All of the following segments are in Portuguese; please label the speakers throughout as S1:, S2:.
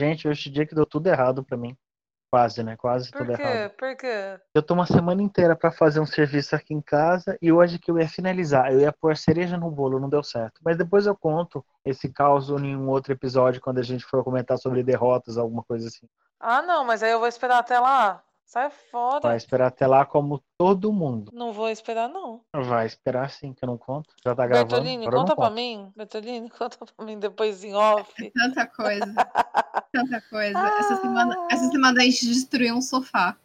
S1: Gente, hoje é o dia que deu tudo errado pra mim. Quase, né? Quase
S2: Por
S1: tudo errado.
S2: quê? Por quê?
S1: Eu tô uma semana inteira pra fazer um serviço aqui em casa e hoje que eu ia finalizar, eu ia pôr cereja no bolo, não deu certo. Mas depois eu conto esse caos em um outro episódio quando a gente for comentar sobre derrotas, alguma coisa assim.
S2: Ah, não, mas aí eu vou esperar até lá. Sai fora.
S1: Vai esperar até lá como todo mundo.
S2: Não vou esperar, não.
S1: Vai esperar sim, que eu não conto. Já tá gravando. agora
S2: Bertolini,
S1: eu não
S2: conta pra
S1: conto.
S2: mim. Bertolini, conta pra mim depois em off.
S3: Tanta coisa. Tanta coisa. Essa, semana,
S2: Ah.
S3: essa semana a gente destruiu um sofá.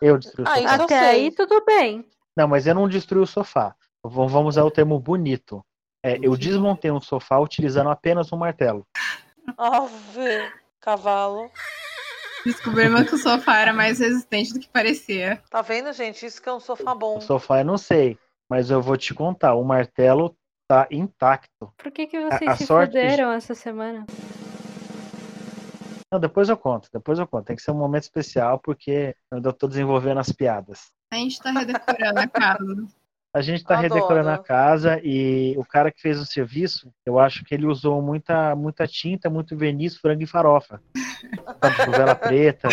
S1: Eu destruí o
S2: Ah,
S1: sofá.
S2: isso-
S4: Até
S2: sei.
S4: aí tudo bem.
S1: Não, mas eu não destruí o sofá. V- Vamos usar o termo bonito. É, eu desmontei um sofá utilizando apenas um martelo.
S2: Ave, cavalo.
S3: Descobrimos que o sofá era mais resistente do que parecia.
S2: Tá vendo, gente? Isso que é um sofá bom.
S1: O sofá eu não sei, mas eu vou te contar. O martelo tá intacto.
S4: Por que, que vocês
S1: a
S4: se
S1: sorte-
S4: fuderam essa semana?
S1: Não, depois eu conto, depois eu conto. Tem que ser um momento especial porque eu ainda tô desenvolvendo as piadas.
S3: A gente tá redecorando a casa.
S1: A gente tá
S2: Adoro.
S1: redecorando a casa e o cara que fez o serviço, eu acho que ele usou muita, muita tinta, muito verniz, frango e farofa. Sabe, Vela preta.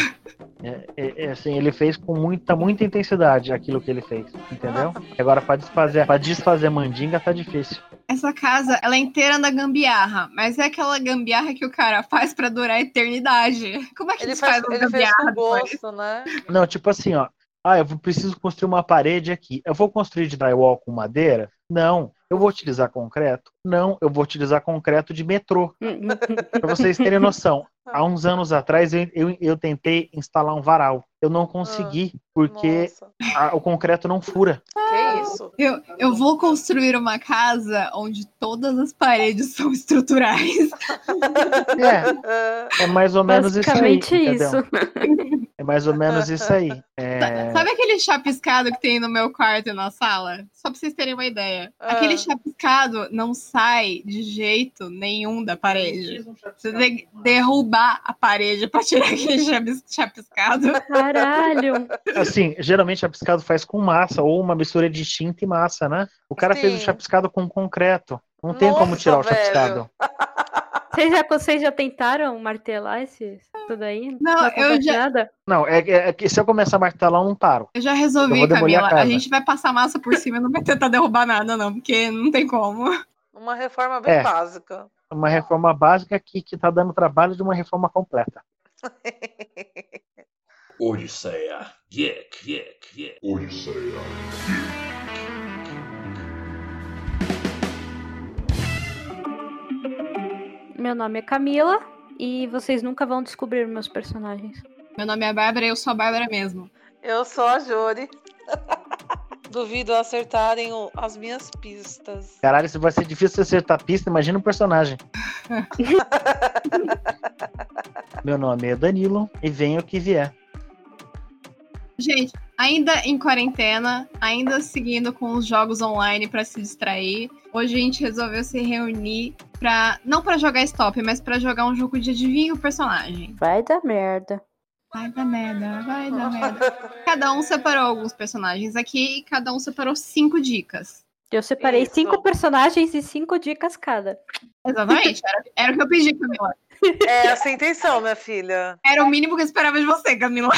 S1: É, é- é assim, ele fez com muita, muita intensidade aquilo que ele fez, entendeu? Agora, pra desfazer, pra desfazer mandinga tá difícil.
S3: Essa casa, ela é inteira na gambiarra, mas é aquela gambiarra que o cara faz pra durar a eternidade. Como é que
S2: Ele
S3: desfaz
S2: faz,
S3: uma
S2: ele fez
S3: gambiarra
S2: com
S3: depois?
S2: gosto, né?
S1: Não, tipo assim, ó. Ah, eu vou- preciso construir uma parede aqui. Eu vou construir de drywall com madeira? Não. Eu vou utilizar concreto? Não. Eu vou utilizar concreto de metrô.
S4: Hum,
S1: Pra vocês terem noção, há uns anos atrás eu, eu, eu tentei instalar um varal. Eu não consegui, porque
S2: Nossa,
S1: a- o concreto não fura.
S3: Ah.
S2: que isso?
S3: Eu, eu vou construir uma casa onde todas as paredes são estruturais.
S1: É,
S2: Ah,
S1: é mais ou menos isso aí.
S4: Basicamente
S1: entendeu?
S4: isso.
S1: É mais ou menos isso aí. É,
S3: Sabe aquele chapiscado que tem no meu quarto e na sala? Só pra vocês terem uma ideia.
S2: Ah.
S3: Aquele chapiscado não sai de jeito nenhum da parede. Você tem que derrubar a parede pra tirar aquele chapis- chapiscado.
S4: Caralho.
S1: assim, geralmente chapiscado faz com massa, ou uma mistura de tinta e massa, né? O cara fez o
S2: Sim.
S1: chapiscado com concreto. Não tem como
S2: Nossa,
S1: tirar o
S2: velho.
S1: chapiscado.
S4: Vocês já, vocês já tentaram martelar esse, tudo aí?
S3: Não, eu
S4: acontece
S3: já-
S4: Nada?
S1: Não, é, é- é que se eu começar a martelar, eu não paro.
S3: Eu já
S1: Eu
S3: resolvi,
S1: vou demolir a
S3: Camila. A,
S1: casa.
S3: gente vai passar massa por cima e não vai tentar derrubar nada, não, porque não tem como.
S2: Uma reforma bem
S1: É.
S2: básica.
S1: Uma reforma básica que, que tá dando trabalho de uma reforma completa.
S5: Odisseia. Geek, geek, geek. Odisseia.
S4: Meu nome é Camila e vocês nunca vão descobrir meus personagens.
S3: Meu nome é Bárbara e eu sou a Bárbara mesmo.
S2: Eu sou a Jori. Duvido acertarem o- as minhas pistas.
S1: Caralho, isso vai ser difícil você acertar a pista, imagina o personagem. Meu nome é Danilo e venha o que vier.
S3: Gente, ainda em quarentena, ainda seguindo com os jogos online pra se distrair, hoje a gente resolveu se reunir pra. não pra jogar stop, mas pra jogar um jogo de adivinha o personagem.
S4: Vai dar merda.
S3: Vai dar merda, vai dar merda. Cada um separou alguns personagens aqui e cada um separou cinco dicas.
S4: Eu separei
S2: Isso.
S4: cinco personagens e cinco dicas cada.
S3: Exatamente, era, era o que eu pedi, Camila.
S2: É essa a intenção, minha filha.
S3: Era o mínimo que eu esperava de você, Camila.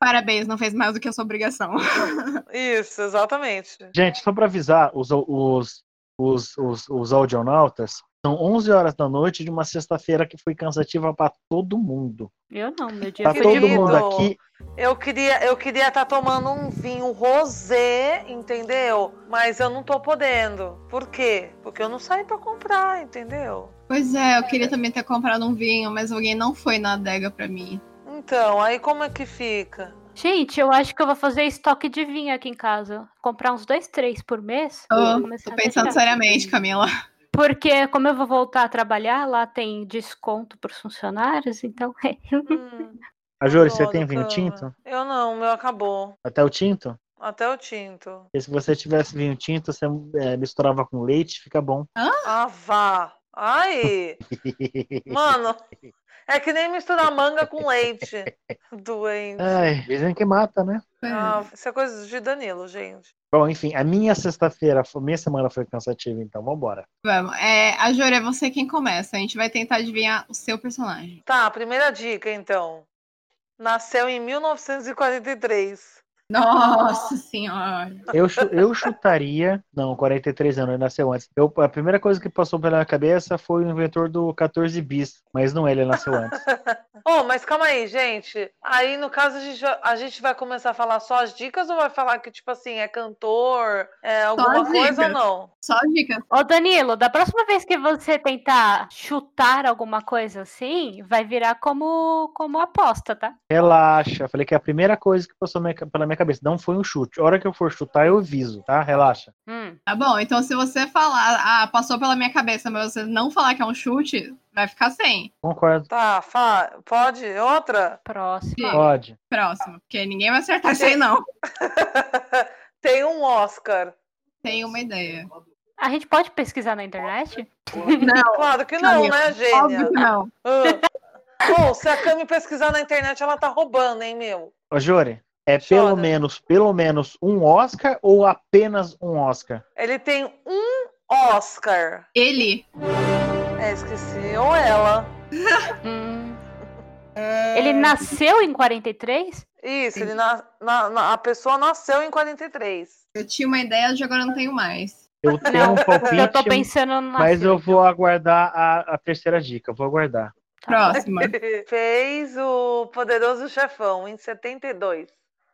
S3: Parabéns, não fez mais do que a sua obrigação.
S2: Isso, exatamente.
S1: Gente, só pra avisar, os, os, os, os, os audionautas, são 11 horas da noite de uma sexta-feira que foi cansativa pra todo mundo.
S4: Eu não, meu dia
S1: Pra
S4: foi
S1: Tá todo
S4: de boa.
S1: mundo aqui.
S2: Eu queria eu queria estar tomando um vinho rosé, entendeu? Mas eu não tô podendo. Por quê? Porque eu não saí pra comprar, entendeu?
S3: Pois é, eu queria também ter comprado um vinho, mas alguém não foi na adega pra mim.
S2: Então, aí como é que fica?
S4: Gente, eu acho que eu vou fazer estoque de vinho aqui em casa. Comprar uns dois, três por mês.
S3: Tô-
S4: Vou começar
S3: Tô
S4: a
S3: pensando
S4: deixar.
S3: seriamente, Camila.
S4: Porque como eu vou voltar a trabalhar, lá tem desconto para os funcionários, então
S2: Hum,
S1: A Júlia, você
S2: Adoro,
S1: tem vinho
S2: cara.
S1: tinto?
S2: eu não, o meu acabou.
S1: Até o tinto?
S2: Até o tinto.
S1: Porque se você tivesse vinho tinto, você é, misturava com leite, fica bom.
S2: Ah, vá. Ai! Mano, é que nem misturar manga com leite. Doente.
S1: Ai, dizem que mata, né?
S2: Ah, isso é coisa de Danilo, gente.
S1: Bom, enfim, a minha sexta-feira, a minha semana foi cansativa, então vambora.
S3: Vamos. É, a Júlia, é você quem começa. A gente vai tentar adivinhar o seu personagem.
S2: Tá, a primeira dica, então. Nasceu em 1943.
S3: Nossa senhora.
S1: Eu, chu- eu chutaria. Não, 43 anos, ele nasceu antes. Eu, a primeira coisa que passou pela minha cabeça foi o inventor do 14 bis, mas não é, ele, ele nasceu antes.
S2: Oh, mas calma aí, gente. Aí, no caso, a gente, vai- a gente vai começar a falar só as dicas ou vai falar que, tipo assim, é cantor, é alguma
S3: as
S2: coisa ou
S3: dicas.
S2: não?
S3: Só dica.
S4: Ô Danilo, da próxima vez que você tentar chutar alguma coisa assim, vai virar como, como aposta, tá?
S1: Relaxa. Falei que é a primeira coisa que passou minha- pela minha cabeça não foi um chute. A hora que eu for chutar, eu aviso, tá? Relaxa.
S4: Hum.
S3: Tá bom, então se você falar, ah, passou pela minha cabeça, mas você não falar que é um chute, vai ficar sem.
S1: Concordo.
S2: Tá, fa- pode? Outra?
S4: Próxima.
S1: Pode.
S3: Próximo, porque ninguém vai acertar isso aí, não.
S2: Tem um Oscar.
S3: Tem uma ideia.
S4: A gente pode pesquisar na internet?
S3: Não,
S2: Claro que não,
S3: Camila,
S2: né,
S3: óbvio
S2: gênia?
S3: que não.
S2: Ah. Ô, se a Cami pesquisar na internet, ela tá roubando, hein, meu?
S1: Ô, Jore, é
S2: Chora.
S1: pelo menos, pelo menos um Oscar ou apenas um Oscar?
S2: Ele tem um Oscar.
S3: Ele.
S2: É, esqueci. Ou ela.
S4: Hum.
S1: É.
S4: Ele nasceu em 43?
S2: Isso, ele na- na- na- a pessoa nasceu em 43.
S3: Eu tinha uma ideia, mas agora eu não tenho mais.
S1: Eu tenho um palpite,
S4: eu tô pensando assim, na.
S1: mas eu vou aguardar a, a terceira dica. Vou aguardar.
S3: Próxima.
S2: Fez o Poderoso Chefão em 72.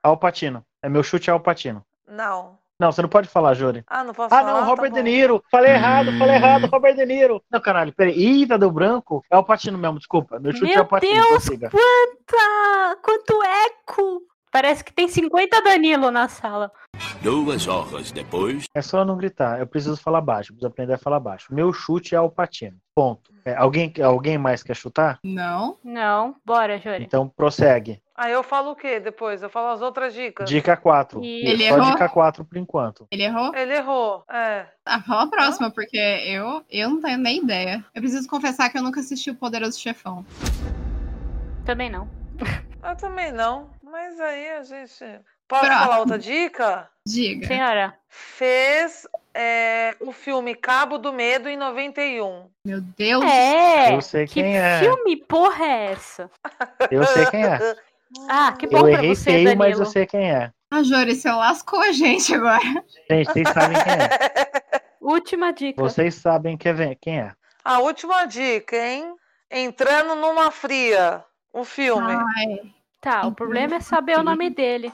S1: Alpatino. É meu chute é Alpatino.
S2: Não.
S1: Não, você não pode falar, Jore.
S2: Ah, não posso
S1: Ah,
S2: falar?
S1: não, Robert
S2: tá
S1: De
S2: bom.
S1: Niro. Falei errado, falei errado, Robert De Niro. Não, caralho, peraí. Ih, tá deu branco? É o Patino mesmo, desculpa. Meu chute é
S4: Meu
S1: o Patino.
S4: Deus!
S1: prossiga.
S4: Eita, quanto eco! Parece que tem 50 Danilo na sala.
S6: Duas horas depois.
S1: É só não gritar. Eu preciso falar baixo, preciso aprender a falar baixo. Meu chute é o Patino. Ponto. É, alguém, alguém mais quer chutar?
S3: Não.
S4: Não, bora, Jori.
S1: Então prossegue.
S2: Aí eu falo o quê depois? Eu falo as outras dicas.
S1: Dica 4.
S4: Ih.
S1: Isso,
S3: Ele
S1: só
S3: errou?
S1: dica 4 por enquanto.
S3: Ele errou?
S2: Ele errou. É.
S3: Ah, fala a próxima, porque eu, eu não tenho nem ideia. Eu preciso confessar que eu nunca assisti o Poderoso Chefão.
S4: Também não.
S2: Eu também não. Mas aí a gente. Posso
S3: Próximo.
S2: falar outra dica?
S4: É.
S3: Diga.
S4: Senhora,
S2: Fez é, o filme Cabo do Medo em 91.
S3: Meu Deus.
S4: é.
S1: Eu sei
S4: que
S1: quem é.
S4: filme porra é essa?
S1: Eu sei quem é.
S4: Ah, que bom
S1: Eu
S4: pra
S1: errei
S4: você,
S1: feio,
S4: Danilo.
S1: mas eu sei quem é.
S3: Ah, Jori, você lascou a gente agora.
S1: Gente, vocês sabem quem é.
S4: Última dica.
S1: Vocês sabem que é- quem é.
S2: A última dica, hein? Entrando numa fria. O filme.
S1: Ah.
S3: Ai,
S4: Tá, o problema é saber o nome dele.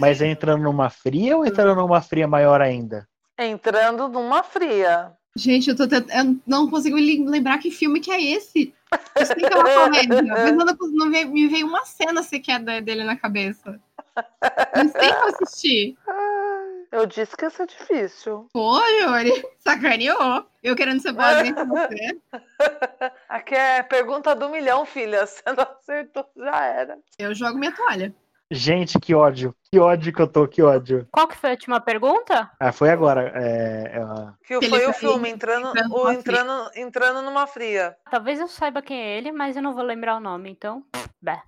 S1: Mas é entrando numa fria ou entrando numa fria maior ainda?
S2: Entrando numa fria.
S3: gente, eu, tô tent- eu não consigo lem- lembrar que filme que é esse. Eu sei que ela comédia, mas eu não, cons- não veio- me veio uma cena sequer da- dele na cabeça. Não sei como assistir.
S2: Eu disse que ia ser difícil.
S3: Pô, Jori, sacaneou. Eu querendo ser boazinha com você.
S2: Aqui é pergunta do milhão, filha. Você não acertou, já era.
S3: Eu jogo minha toalha.
S1: Gente, que ódio. Que ódio que eu tô, que ódio.
S4: Qual que foi a última pergunta?
S1: Ah, foi agora. é, é, ó.
S2: Que
S3: Ele
S2: foi o
S3: tá
S2: filme
S3: aí,
S2: entrando,
S3: entrando
S2: o
S3: numa
S2: entrando, entrando numa fria.
S4: Talvez eu saiba quem é ele, mas eu não vou lembrar o nome, então. Bé.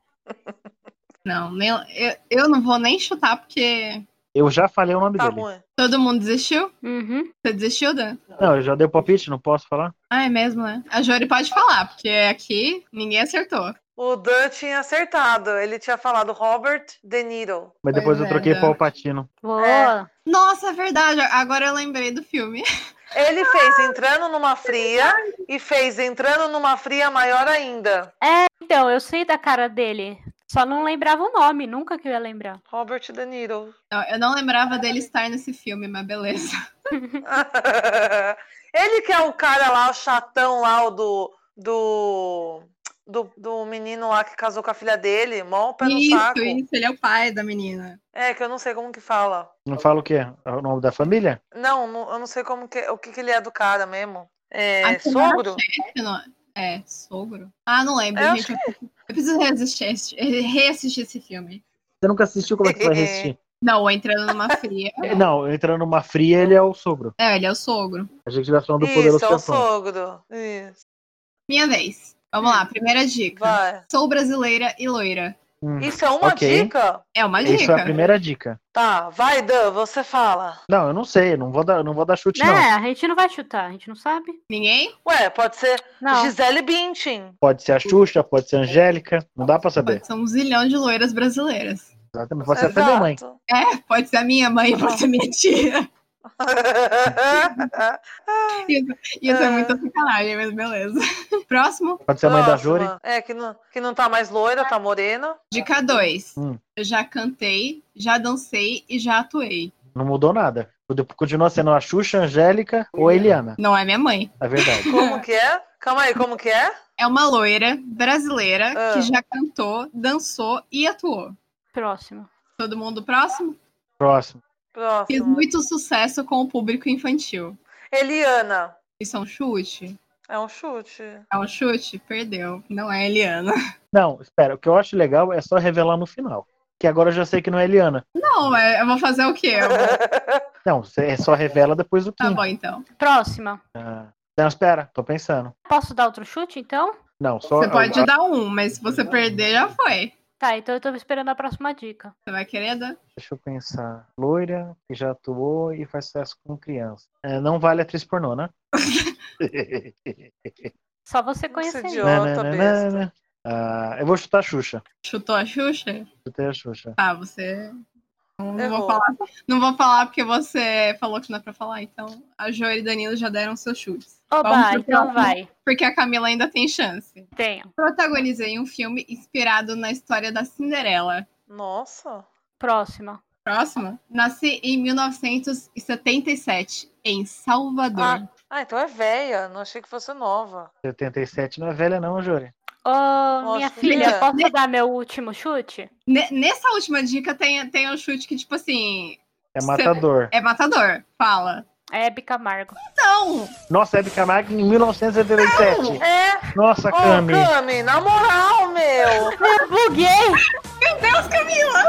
S3: Não, nem, eu, eu não vou nem chutar, porque
S1: Eu já falei o nome
S2: Tá
S1: dele.
S2: ruim.
S3: todo mundo desistiu.
S4: Uhum.
S3: Você desistiu, Dan?
S1: Não, eu já dei o palpite, não posso falar?
S3: Ah, é mesmo, né? A Jori pode falar, porque aqui ninguém acertou.
S2: O Dan tinha acertado. Ele tinha falado Robert De Niro.
S1: Mas depois
S3: Pois
S1: eu
S3: é,
S1: troquei
S3: né?
S1: para o Patino.
S4: Boa.
S2: É.
S3: Nossa, é verdade. Agora eu lembrei do filme.
S2: Ele fez entrando numa fria e fez entrando numa fria maior ainda.
S4: Então, eu sei da cara dele. Só não lembrava o nome, nunca que eu ia lembrar.
S2: Robert De Niro.
S3: Não, eu não lembrava dele estar nesse filme, mas beleza.
S2: Ele que é o cara lá, o chatão lá, o do. do... Do, do menino lá que casou com a filha dele, mó o pé no
S3: Isso,
S2: saco.
S3: isso. Ele é o pai da menina.
S2: É, que eu não sei como que fala.
S1: Não fala o quê? É O nome da família?
S2: Não, não- eu não sei como que, o que, que ele é do cara mesmo. É,
S3: Ah, que
S2: sogro?
S3: É, não- é, sogro? Ah, não lembro,
S2: Eu
S3: gente. Eu preciso reassistir, esse- reassistir esse filme.
S1: Você nunca assistiu? Como é que você vai assistir?
S3: Não, entrando numa fria.
S1: É, Não, entrando numa fria, ele é o sogro.
S3: É, ele é o sogro.
S1: A gente vai falando do poderoso
S2: Isso, é o
S1: chefão.
S2: sogro. Isso,
S3: Minha vez. Vamos lá, primeira dica.
S2: vai.
S3: Sou brasileira e loira.
S1: Hum,
S2: Isso é uma
S1: Ok.
S2: dica?
S3: É uma
S1: Isso
S3: dica.
S1: é a primeira dica.
S2: Tá, vai, Dan, você fala.
S1: Não, eu não sei, não vou dar, não vou dar chute,
S4: Né?
S1: não.
S4: A gente não vai chutar, a gente não sabe.
S3: Ninguém?
S2: Ué, pode ser
S4: Não.
S2: Gisele Bündchen.
S1: Pode ser a Xuxa, pode ser a Angélica, não dá pra saber.
S3: São um zilhão de loiras brasileiras.
S1: Exatamente, pode ser até minha mãe.
S2: Exato.
S3: É, pode ser a minha mãe, pode ser minha tia. Isso é muita sacanagem, mas beleza. Próximo,
S1: Pode ser a mãe da
S2: Próxima.
S1: Jori.
S2: É, que não, que não tá mais loira, tá morena.
S3: dica 2.
S1: Hum.
S3: Eu já cantei, já dancei e já atuei.
S1: Não mudou nada. Continua sendo a Xuxa, a Angélica ou a Eliana,
S3: Não é minha mãe.
S1: é verdade.
S2: Como que é? Calma aí, como que é?
S3: É uma loira brasileira
S2: Ah.
S3: que já cantou, dançou e atuou.
S4: Próximo.
S3: Todo mundo próximo?
S1: Próximo.
S3: Fiz
S2: Próximo.
S3: muito sucesso com o público infantil.
S2: Eliana.
S3: Isso é um chute?
S2: É um chute.
S3: É um chute? Perdeu. Não é a Eliana.
S1: Não, espera, o que eu acho legal é só revelar no final. Que agora eu já sei que não é a Eliana.
S3: Não, mas eu vou fazer o quê? Eu vou-
S1: Não, você só revela depois do
S3: Tá
S1: quinto.
S3: bom, então.
S4: Próxima.
S1: Ah, Não, espera, tô pensando.
S4: Posso dar outro chute, então?
S1: Não, só.
S3: Você pode
S1: a-
S3: dar um, mas se você perder, já foi.
S4: Tá, então eu tô esperando a próxima dica.
S3: Você vai querer dar?
S1: Deixa eu pensar. Loira, que já atuou e faz sucesso com criança. É, não vale atriz pornô, né?
S4: Só você
S2: Você
S4: conhecer.
S2: idiota.
S1: Na, na,
S2: Outra
S1: na,
S2: besta.
S1: na, na. Ah, eu vou chutar a Xuxa.
S3: Chutou a Xuxa?
S1: Chutei a Xuxa.
S3: Tá, você. Não
S2: Errou.
S3: vou, falar. não vou falar porque você falou que não é pra falar, então a Jo e Danilo já deram seus chutes. Vamos
S4: Oba,
S3: pro
S4: então
S3: próximo.
S4: vai.
S3: Porque a Camila ainda tem chance.
S4: Tenho.
S3: Protagonizei um filme inspirado na história da Cinderela.
S2: Nossa.
S4: Próxima.
S3: Próximo? Nasci em 1977, em Salvador.
S2: Ah, então é velha. Não achei que fosse nova.
S1: 77 não é velha, não, Jori.
S4: Ô, minha
S2: que
S4: filha,
S2: é.
S4: posso dar meu último chute?
S3: Ne- Nessa última dica tem, tem um chute que, tipo assim,
S1: É
S3: Você-
S1: matador.
S3: é matador. Fala.
S4: É Camargo.
S3: Não!
S1: Nossa, Hebe Camargo em 1977.
S2: É.
S1: Nossa,
S2: Ô,
S1: Cami.
S2: Cami, na moral, meu.
S4: Eu buguei!
S3: Meu Deus, Camila!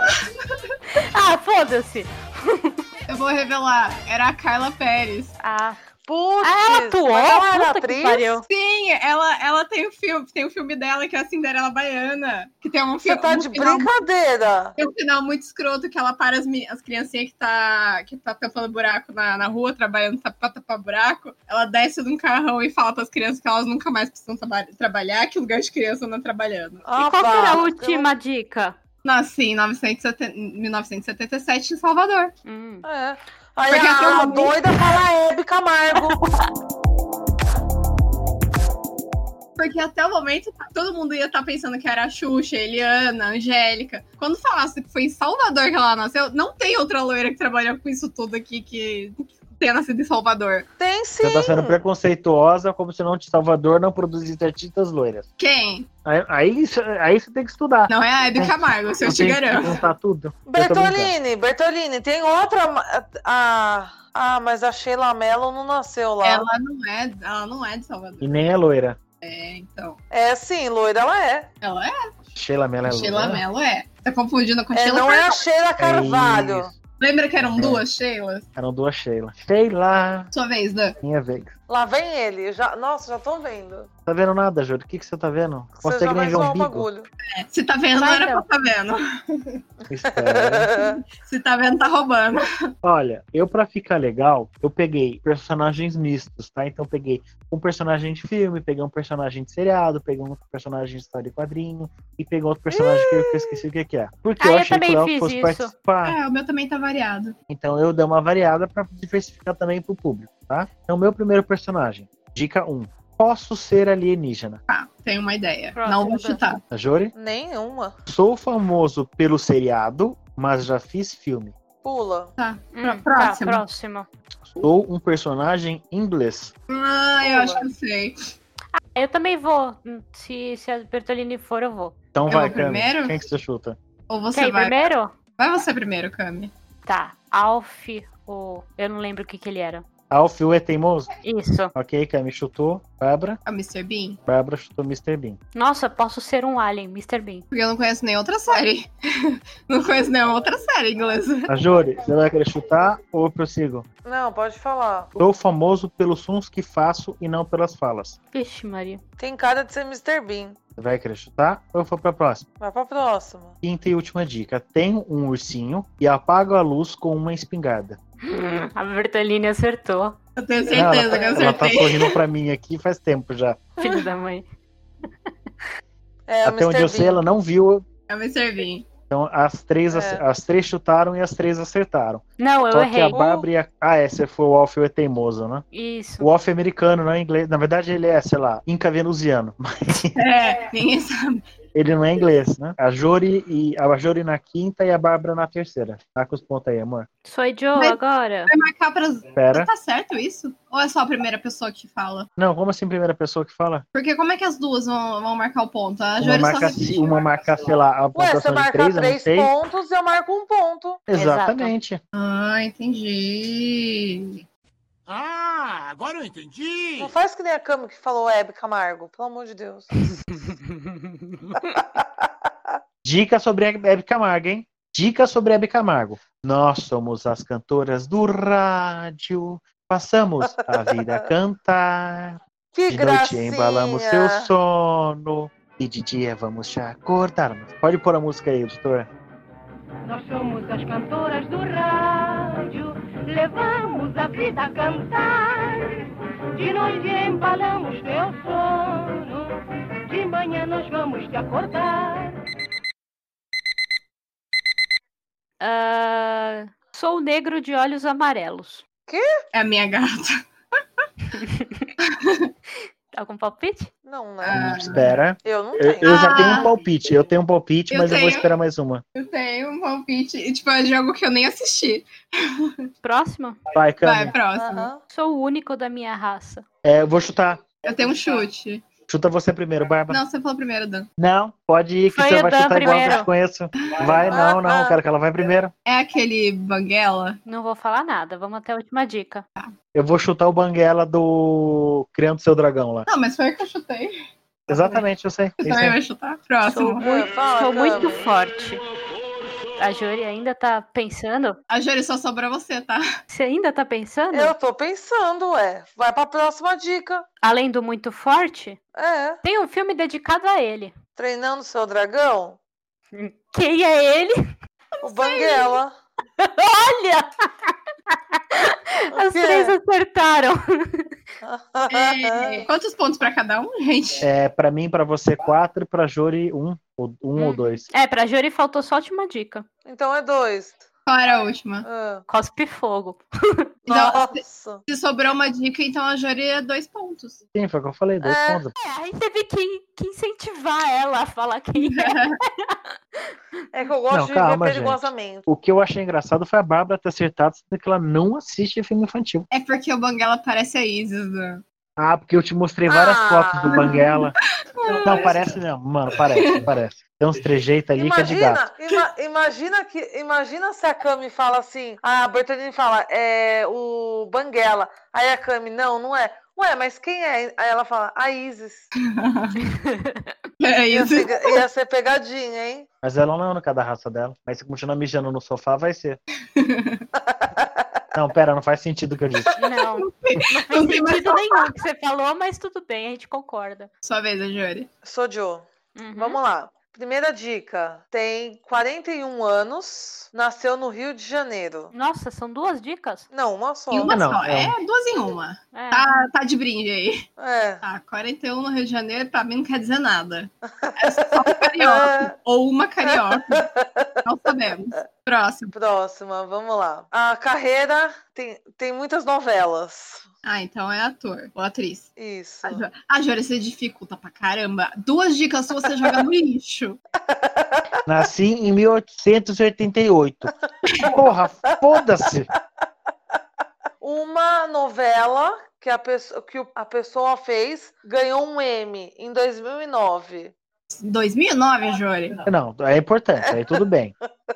S4: Ah, foda-se!
S3: Eu vou revelar. Era a Carla Pérez.
S4: Ah,
S2: Putz.
S4: ela atuou?
S2: mas ela era
S4: Puta que
S2: atriz?
S4: pariu.
S3: Sim, ela, ela tem o filme, tem o filme dela que é a Cinderela Baiana, que tem um
S2: Você
S3: filme.
S2: tá de brincadeira.
S3: Tem um final muito escroto que ela para as, meni- as criancinhas que tá, que tá tampando buraco na, na rua, trabalhando tá- pra tapar buraco. Ela desce de um carrão e fala pras crianças que elas nunca mais precisam traba- trabalhar, que lugar de criança não é trabalhando.
S2: Ah,
S4: e qual que era a
S2: pá.
S4: última dica?
S3: Nasci em 970 1977 em Salvador.
S4: Hum.
S2: É. Aí
S3: Porque eu
S2: a,
S3: tô
S2: a
S3: muito-
S2: doida fala "Ah, é Hebe Camargo.
S3: Porque até o momento tá- todo mundo ia estar pensando que era a Xuxa, Eliana, a Angélica. Quando falasse que foi em Salvador que ela nasceu, não tem outra loira que trabalha com isso tudo aqui que tenha nascido em Salvador.
S2: Tem sim.
S1: Você tá sendo preconceituosa como se não de Salvador não produzisse artistas loiras.
S3: Quem?
S1: Aí, aí, isso- aí você tem que estudar.
S3: Não é a Hebe Camargo, isso eu te
S1: Tem que
S3: garanto.
S1: contar tudo. Eu tô brincando.
S2: Bertolini, Bertolini, tem outra. ma- Ah, ah, mas a Sheila Mello não nasceu lá.
S3: Ela não é, ela não é de Salvador.
S1: E nem é loira.
S3: É, então.
S2: É sim, loira ela é.
S3: Ela é.
S1: Sheila Mello é loira.
S3: Sheila Mello é. Tá confundindo com
S2: É,
S3: Sheila
S2: não é
S3: Carvalho.
S2: a Sheila Carvalho.
S1: É isso.
S3: Lembra que eram duas Sheilas?
S1: Eram duas Sheila. Sheila,
S3: Sua vez, Dan.
S1: minha vez.
S2: Lá vem ele. Já... Nossa, já estão vendo.
S1: Tá vendo nada, Júlio? O que, que você tá vendo?
S2: Você já
S1: Consegue nem
S2: vai
S1: ver
S2: zoar
S1: um
S2: o
S1: bico?
S2: bagulho.
S3: É, se tá vendo, não
S4: Vai,
S3: era pra
S2: então.
S4: Dan.
S3: tá vendo.
S1: Espera.
S3: Se tá vendo, tá roubando.
S1: é. Olha, eu pra ficar legal, eu peguei personagens mistos, tá? Então eu peguei um personagem de filme, peguei um personagem de seriado, peguei um personagem de história e quadrinho e peguei outro personagem que eu que eu esqueci o que que é. Porque
S4: Ah,
S1: eu
S4: eu
S1: achei
S4: também
S1: que o Léo
S4: fiz
S1: fosse
S4: isso.
S1: participar.
S3: É, o meu também tá variado.
S1: Então eu dei uma variada pra diversificar também pro público, tá? Então meu primeiro personagem, dica 1. Posso ser alienígena.
S3: Tá, tenho uma ideia.
S4: Pronto,
S3: não vou
S4: Dan.
S3: chutar.
S1: A Jori?
S2: Nenhuma.
S1: Tá, Sou famoso pelo seriado, mas já fiz filme.
S2: Pula.
S4: Hum,
S3: próximo.
S4: Tá, próximo.
S1: Sou um personagem inglês.
S3: Ah, eu
S2: Boa.
S3: acho que eu sei.
S4: Eu também vou. Hum, Se, se a Bertolini for, eu vou.
S1: Então
S3: Eu
S1: vai,
S3: vou
S1: Cami.
S3: É primeiro?
S1: Quem que você chuta?
S3: Ou
S4: Quer
S3: você
S4: ir
S3: vai.
S4: primeiro?
S3: Vai você primeiro, Cami.
S4: Tá. Alf, o. Eu não lembro o que, que ele era.
S1: Alf, U é teimoso?
S4: Isso.
S1: Ok, Cami chutou. Bárbara.
S3: É o Mr. Bean?
S1: Bárbara chutou Mr. Bean.
S4: Nossa, posso ser um alien, Mr. Bean.
S3: Porque eu não conheço nenhuma outra série. não conheço nenhuma outra série inglesa.
S1: A Jori, Tá, você vai querer chutar ou eu prossigo?
S2: Não, pode falar.
S1: Sou famoso pelos sons que faço e não pelas falas.
S4: Vixe, Maria.
S2: Tem cara de ser Mr. Bean.
S1: Você vai querer chutar ou eu vou pra próxima?
S2: Vai pra próxima.
S1: Quinta e última dica. Tem um ursinho e apago a luz com uma espingarda.
S3: Hum.
S4: A Bertolini acertou.
S3: Eu tenho
S1: Ela
S3: certeza
S1: tá-
S3: que eu
S1: ela tá
S3: acertei.
S1: sorrindo pra mim aqui faz tempo já.
S4: Filho da mãe.
S2: É,
S1: Até
S2: o
S1: onde
S2: Mr.
S1: eu sei,
S2: Bean.
S1: ela não viu.
S3: É o Mr. Bean.
S1: Então as três, ac-
S2: É.
S1: as três chutaram e as três acertaram.
S4: Não, eu
S1: Só que
S4: errei.
S1: a Bárbara e a. Ah, é, você foi o Alf é teimoso, né?
S4: Isso.
S1: O Alf é americano, não é inglês. Na verdade, ele é, sei lá, inca venusiano.
S3: É, ninguém sabe.
S1: Ele não é inglês, né? A Jori e a Jori na quinta e a Bárbara na terceira. Tá com os pontos aí, amor.
S4: Sou Joe
S3: Mas-
S4: agora.
S3: Vai marcar pras.
S1: Pera.
S3: Tá certo isso? Ou é só a primeira pessoa que fala?
S1: Não, como assim primeira pessoa que fala?
S3: Porque como é que as duas vão, vão marcar o ponto? A
S1: Uma
S3: Júlia
S1: marca,
S3: só repetiu.
S1: uma marca, sei lá, a
S2: Ué, você
S1: pontuação tá de
S2: marca
S1: três, eu não
S2: três
S1: sei.
S2: pontos, eu marco um ponto.
S1: Exatamente.
S3: Ah, entendi.
S6: Ah, agora eu entendi.
S2: Não faz que nem a Cami que falou Hebe Camargo, pelo amor de Deus.
S1: Dica sobre a Hebe Camargo, hein? Dica sobre a Hebe Camargo. Nós somos as cantoras do rádio. Passamos a vida a cantar.
S2: Que
S1: De noite
S2: gracinha.
S1: embalamos seu sono. E de dia vamos te acordar. Pode pôr a música aí, editor.
S7: Nós somos as cantoras do rádio, levamos a vida a cantar. De noite embalamos teu sono, de manhã nós vamos te acordar.
S4: Ah, sou negro de olhos amarelos.
S3: É a minha gata.
S4: Algum palpite?
S2: Não, né?
S3: Ah.
S1: Espera.
S2: Eu não
S1: Eu,
S2: tenho.
S1: eu já
S3: Ah.
S1: tenho um palpite. Eu tenho um palpite,
S3: Eu
S1: mas eu vou
S3: tenho.
S1: esperar mais uma.
S3: Eu tenho um palpite. E, Tipo, é jogo que eu nem assisti.
S4: Próximo?
S1: Vai,
S3: Vai,
S1: Cami.
S3: próximo.
S2: Aham.
S4: Sou o único da minha raça.
S1: É, eu vou chutar.
S3: Eu tenho um chute.
S1: Chuta você primeiro, Bárbara.
S3: Não, você falou primeiro, Dan.
S1: Não, pode ir que
S4: Vai,
S1: você
S4: eu
S1: vai
S4: dou
S1: chutar igual que eu
S4: primeiro.
S1: te conheço. Vai, não,
S3: Ah,
S1: não. Eu quero que ela vai primeiro.
S3: É aquele Banguela?
S4: Não vou falar nada. Vamos até a última dica.
S1: Eu vou chutar o Banguela do Criando Seu Dragão lá.
S3: Não, mas foi o que eu chutei.
S1: Exatamente, eu sei.
S3: Você
S1: Isso
S3: também
S1: aí.
S3: vai chutar? Próximo.
S4: Sou
S2: Vai, fala,
S4: Sou muito
S2: Cami.
S4: forte. A Jori ainda tá pensando?
S3: A Júlia só sobrou você, tá?
S4: Você ainda tá
S1: Ah,
S4: pensando?
S2: Eu tô pensando, ué. Vai pra próxima dica.
S4: Além do muito forte,
S2: É.
S4: tem um filme dedicado a ele.
S2: Treinando seu dragão?
S4: Quem é ele?
S2: O Banguela.
S4: Olha! As
S2: quê?
S4: três acertaram.
S3: É, Quantos pontos pra cada um, gente?
S1: É, pra mim, pra você, quatro. Pra Jori, um. Ou, um
S2: Hum.
S1: ou dois.
S4: É, pra Jori faltou só a última dica.
S2: Então é dois.
S3: Qual era a última?
S2: Ah.
S4: Cospe fogo.
S3: Não.
S2: Nossa.
S3: Se sobrou uma dica, então a Júlia é dois pontos.
S1: Sim, foi o que eu falei. Dois
S2: É.
S1: pontos.
S4: É, aí teve que, que incentivar ela a falar quem é.
S2: É que eu gosto
S1: Não,
S2: de
S1: calma,
S2: viver
S1: gente.
S2: perigosamente.
S1: O que eu achei engraçado foi a Bárbara ter acertado, sendo que ela não assiste filme infantil.
S3: É porque o Banguela parece a Isis, né? Dan.
S1: Ah, porque eu te mostrei várias
S2: Ah.
S1: fotos do Banguela. Não, parece não. Mano, parece, parece. Tem uns trejeitos ali que é de gato.
S2: Imagina, ima- imagina que, imagina se a Cami fala assim, a Bertolini fala, é o Banguela. Aí a Cami, não, não é. Ué, mas quem é? Aí ela fala, a Isis.
S3: É
S2: Ia
S3: isso.
S2: ser, ia ser pegadinha, hein?
S1: Mas ela não é a única da raça dela. Mas se continuar mijando no sofá, vai ser. Não, pera, não faz sentido o que eu disse.
S4: Não, não fez
S3: Não tem mais
S4: sentido nenhum o que você falou, mas tudo bem, a gente concorda.
S3: Sua vez, a Júlia.
S2: Sou Joe.
S4: Uhum.
S2: Vamos lá. Primeira dica. Tem 41 anos, nasceu no Rio de Janeiro.
S4: Nossa, são duas dicas?
S2: Não, uma só.
S3: Em uma
S1: não,
S3: só.
S1: é
S3: É, duas em uma.
S4: É.
S3: Tá, tá de brinde aí.
S2: É.
S3: Tá, 41 no Rio de Janeiro, pra mim não quer dizer nada. É só um carioca.
S2: É.
S3: ou uma carioca. Não sabemos. Próximo.
S2: Próxima, vamos lá. A carreira tem, tem muitas novelas.
S3: Ah, então é ator ou atriz.
S2: Isso.
S3: A Jo- A Júlia, você dificulta pra caramba. Duas dicas suas você joga no lixo.
S1: Nasci em 1888. Porra, foda-se.
S2: Uma novela que a, pesso- que o- a pessoa fez ganhou um M em 2009.
S3: 2009, Jori.
S1: Não, é importante, aí tudo bem.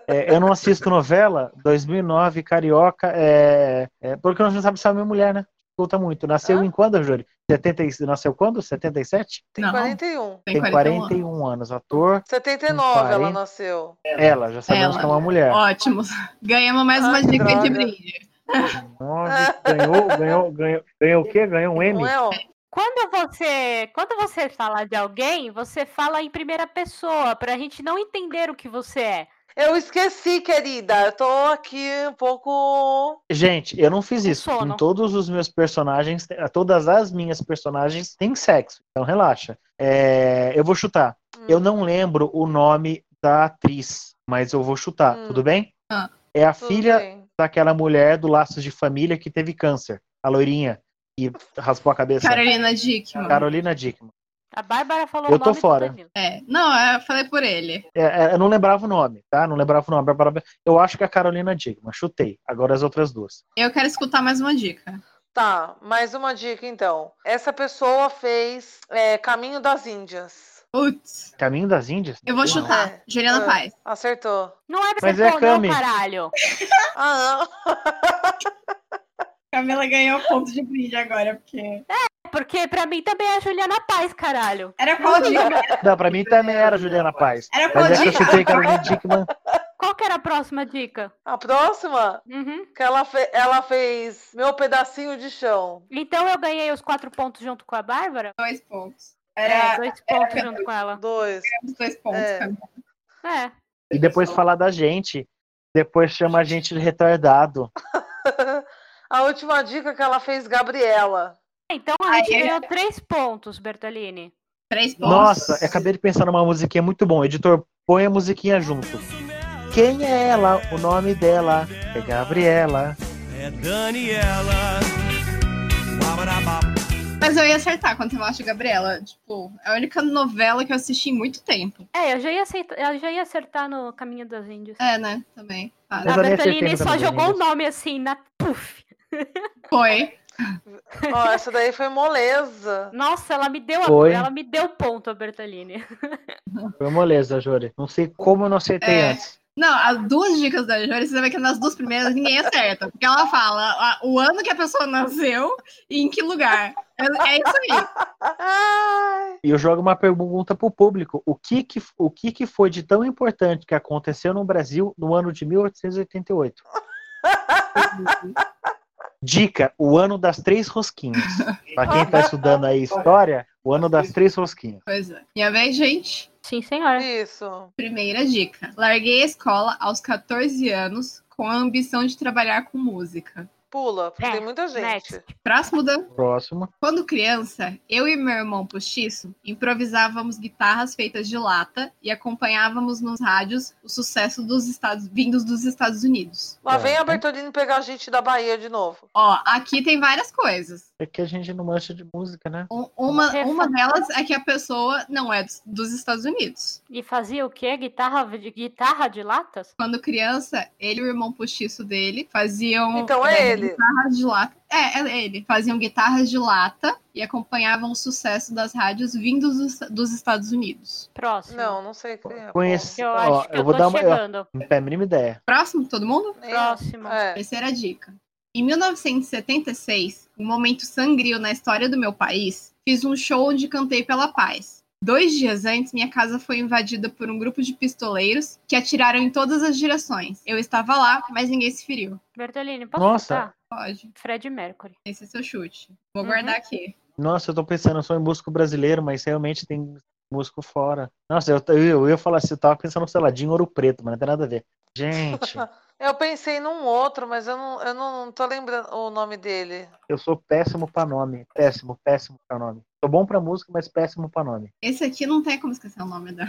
S1: É, eu não assisto novela, 2009, Carioca, é, é, porque nós não sabemos se é a minha mulher, né? Conta muito. Nasceu
S2: Hã?
S1: em quando, Júlio? 70, e- nasceu quando? 77?
S2: Tem
S3: Não.
S2: 41.
S1: Tem 41 anos. Ator,
S2: 79 ela
S1: 40.
S2: nasceu.
S1: ela, já sabemos
S3: Ela.
S1: que é uma mulher.
S3: Ótimo. Ganhamos mais uma
S2: Ai,
S3: dica
S2: droga.
S3: de brinde.
S1: Nove, ganhou, ganhou, ganhou, ganhou o quê? Ganhou um M?
S2: Não é, ó.
S4: Quando você, quando você fala de alguém, você fala em primeira pessoa, pra gente não entender o que você é.
S2: Eu esqueci, querida. Eu tô aqui um pouco.
S1: Gente, eu não fiz isso.
S4: sono.
S1: Em todos os meus personagens, todas as minhas personagens têm sexo. Então relaxa. É, eu vou chutar.
S2: Hum.
S1: Eu não lembro o nome da atriz, mas eu vou chutar.
S2: Hum.
S1: Tudo bem?
S3: Ah.
S1: É a
S2: Tudo
S1: filha
S2: bem.
S1: daquela mulher do Laços de Família que teve câncer. A loirinha. Que raspou a cabeça.
S3: Carolina Dickman.
S1: Carolina Dickman.
S4: A Bárbara falou
S1: Eu
S4: o
S1: tô
S4: nome
S1: fora.
S4: do Danilo.
S3: É. Não, eu falei por ele.
S1: É, é, eu não lembrava o nome, tá? Não lembrava o nome. Bárbara- Eu acho que é a Carolina Dickman. Chutei. Agora as outras duas.
S3: Eu quero escutar mais uma dica.
S2: Tá, mais uma dica então. Essa pessoa fez é, Caminho das Índias.
S3: Putz.
S1: Caminho das Índias?
S3: Eu vou chutar.
S2: É.
S3: Juliana
S2: Ah.
S3: Paz.
S2: Acertou.
S4: Não é
S1: Mas é
S4: Bertol,
S1: Cami.
S4: não, caralho.
S2: Ah, não.
S3: Camila ganhou ponto de brinde agora, porque.
S4: É Porque pra mim também é Juliana Paz, caralho.
S3: Era qual dica?
S1: Não, pra mim também era Juliana Paz.
S3: Era qual
S1: Mas é que eu
S3: dica?
S1: chutei Carolina Dickman.
S4: Qual que era a próxima dica?
S2: A próxima,
S4: Uhum.
S2: que ela, fe- ela fez Meu Pedacinho de Chão.
S4: Então eu ganhei os quatro pontos junto com a Bárbara?
S3: Dois pontos.
S4: É,
S3: Era
S4: dois pontos junto com ela.
S2: Dois.
S3: os dois pontos.
S2: É.
S3: Camila.
S4: É.
S1: E depois falar da gente. Depois chama a gente de retardado.
S2: A última dica que ela fez Gabriela.
S4: Então a gente
S3: Aí,
S4: ganhou três pontos, Bertolini.
S3: Três pontos.
S1: Nossa, é eu acabei de pensar numa musiquinha muito bom. Editor, põe a musiquinha junto. Quem é ela? O nome dela é Gabriela.
S8: É Daniela. Babarabá.
S3: Mas eu ia acertar quando eu acho Gabriela. Tipo, é a única novela que eu assisti em muito tempo.
S4: É, eu já ia, aceitar, eu já ia acertar no Caminho dos Índios.
S3: É, né? Também. Ah,
S1: Mas
S4: a
S1: eu nem acertei
S4: Bertolini
S1: no
S4: só
S1: Caminho dos
S4: jogou o
S1: Índios.
S4: nome assim na. Puf.
S1: É.
S3: Foi.
S2: Ó, essa daí foi moleza.
S4: Nossa, ela me deu a-
S1: Foi.
S4: ela me deu ponto, a Bertolini.
S1: Foi moleza, Júlia. Não sei como eu não acertei
S3: É.
S1: antes.
S3: Não, as duas dicas da Júlia, você vê que nas duas primeiras ninguém acerta. Porque ela fala a- o ano que a pessoa nasceu e em que lugar. É, é isso aí.
S2: Ai,
S1: E eu jogo uma pergunta pro público. O que que, o que que foi de tão importante que aconteceu no Brasil no ano de 1888? Dica, o ano das três rosquinhas. Pra quem tá estudando aí história, o ano das três rosquinhas.
S3: Pois é. Minha vez, gente.
S4: Sim, senhora.
S2: isso.
S3: Primeira dica. Larguei a escola aos 14 anos com a ambição de trabalhar com música.
S2: Pula, porque
S4: É,
S2: tem muita gente.
S4: Next.
S3: Próximo da
S1: Próximo.
S3: Quando criança, eu e meu irmão postiço improvisávamos guitarras feitas de lata e acompanhávamos nos rádios o sucesso dos Estados vindos dos Estados Unidos.
S2: Lá vem a
S1: Certo.
S2: Bertolini pegar a gente da Bahia de novo.
S3: Ó, aqui tem várias coisas.
S1: É que a gente não mancha de música, né?
S3: Um- Uma,
S4: Refa-
S3: uma delas é que a pessoa não é dos, dos Estados Unidos.
S4: E fazia o quê? Guitarra de, guitarra de latas?
S3: Quando criança, ele e o irmão postiço dele faziam
S2: Então é ele.
S3: guitarras de lata. É, é ele. Faziam guitarras de lata e acompanhavam o sucesso das rádios vindos dos, dos Estados Unidos.
S4: Próximo.
S2: Não, não sei quem é.
S1: Conheci-
S4: Eu
S1: Ó,
S4: acho que
S1: eu
S4: eu,
S1: vou
S4: tô
S1: dar uma- eu-
S4: chegando.
S1: Não tem a mínima ideia.
S3: Próximo, todo mundo?
S2: Nem-
S4: Próximo.
S2: É.
S3: Terceira dica. Em 1976, um momento sangrio na história do meu país, fiz um show onde cantei pela paz. Dois dias antes, minha casa foi invadida por um grupo de pistoleiros que atiraram em todas as direções. Eu estava lá, mas ninguém se feriu.
S4: Bertolini, posso
S1: Nossa.
S4: chutar?
S3: Pode.
S4: Fred Mercury.
S3: Esse é seu chute. Vou
S4: Uhum.
S3: guardar aqui.
S1: Nossa, eu tô pensando só em músico brasileiro, mas realmente tem músico fora. Nossa, eu, eu, eu ia falar assim, eu tava pensando, sei lá, de em Ouro Preto, mas não tem nada a ver. Gente,
S2: Eu pensei num outro, mas eu não, eu não, não tô lembrando o nome dele.
S1: eu sou péssimo pra nome. Péssimo, péssimo pra nome. Sou bom pra música, mas péssimo pra nome.
S3: Esse aqui não tem como esquecer o nome da.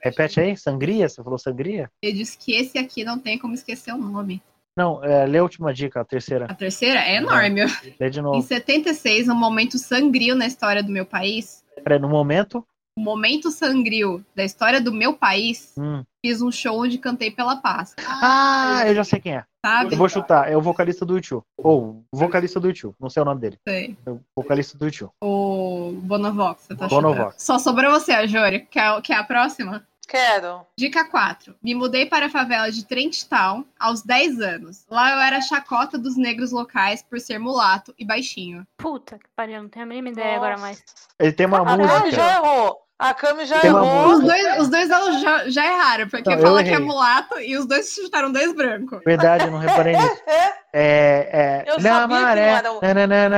S1: Repete aí, sangria? Você falou sangria?
S3: Eu disse que esse aqui não tem como esquecer o nome.
S1: Não, é, lê a última dica, a terceira.
S3: A terceira é enorme.
S1: Lê de
S3: Em
S1: novo.
S3: 76, um momento sangrio na história do meu país,
S1: Peraí, no momento.
S3: o momento sangrio da história do meu país,
S1: Hum.
S3: fiz um show onde cantei pela paz,
S1: Ah, eu já sei quem é.
S3: sabe?
S1: Eu vou chutar. É o vocalista do YouTube. Ou o vocalista do YouTube. Não sei o nome dele.
S3: Sei.
S1: É o vocalista do YouTube.
S3: O Bonovox, você tá
S1: Bonovox.
S3: chutando. Só sobrou você, a Jori, que é, que é a próxima.
S2: Quero.
S3: Dica 4. Me mudei para a favela de Trent Town aos 10 anos. Lá eu era a chacota dos negros locais por ser mulato e baixinho.
S4: Puta que pariu, não tenho a mínima ideia agora mais.
S1: Ele tem uma
S4: Ah,
S2: A Cami já
S1: música.
S2: errou. A Cami já
S1: Tem uma
S2: errou.
S3: Os dois, os dois elas já, já erraram, porque
S1: Não, eu
S3: fala que é
S1: errei.
S3: mulato e os dois chutaram dois brancos.
S1: Verdade, eu não reparei nisso.
S2: É,
S1: É, é.
S2: Eu
S1: Na
S2: sabia que não
S1: maré.
S2: era o-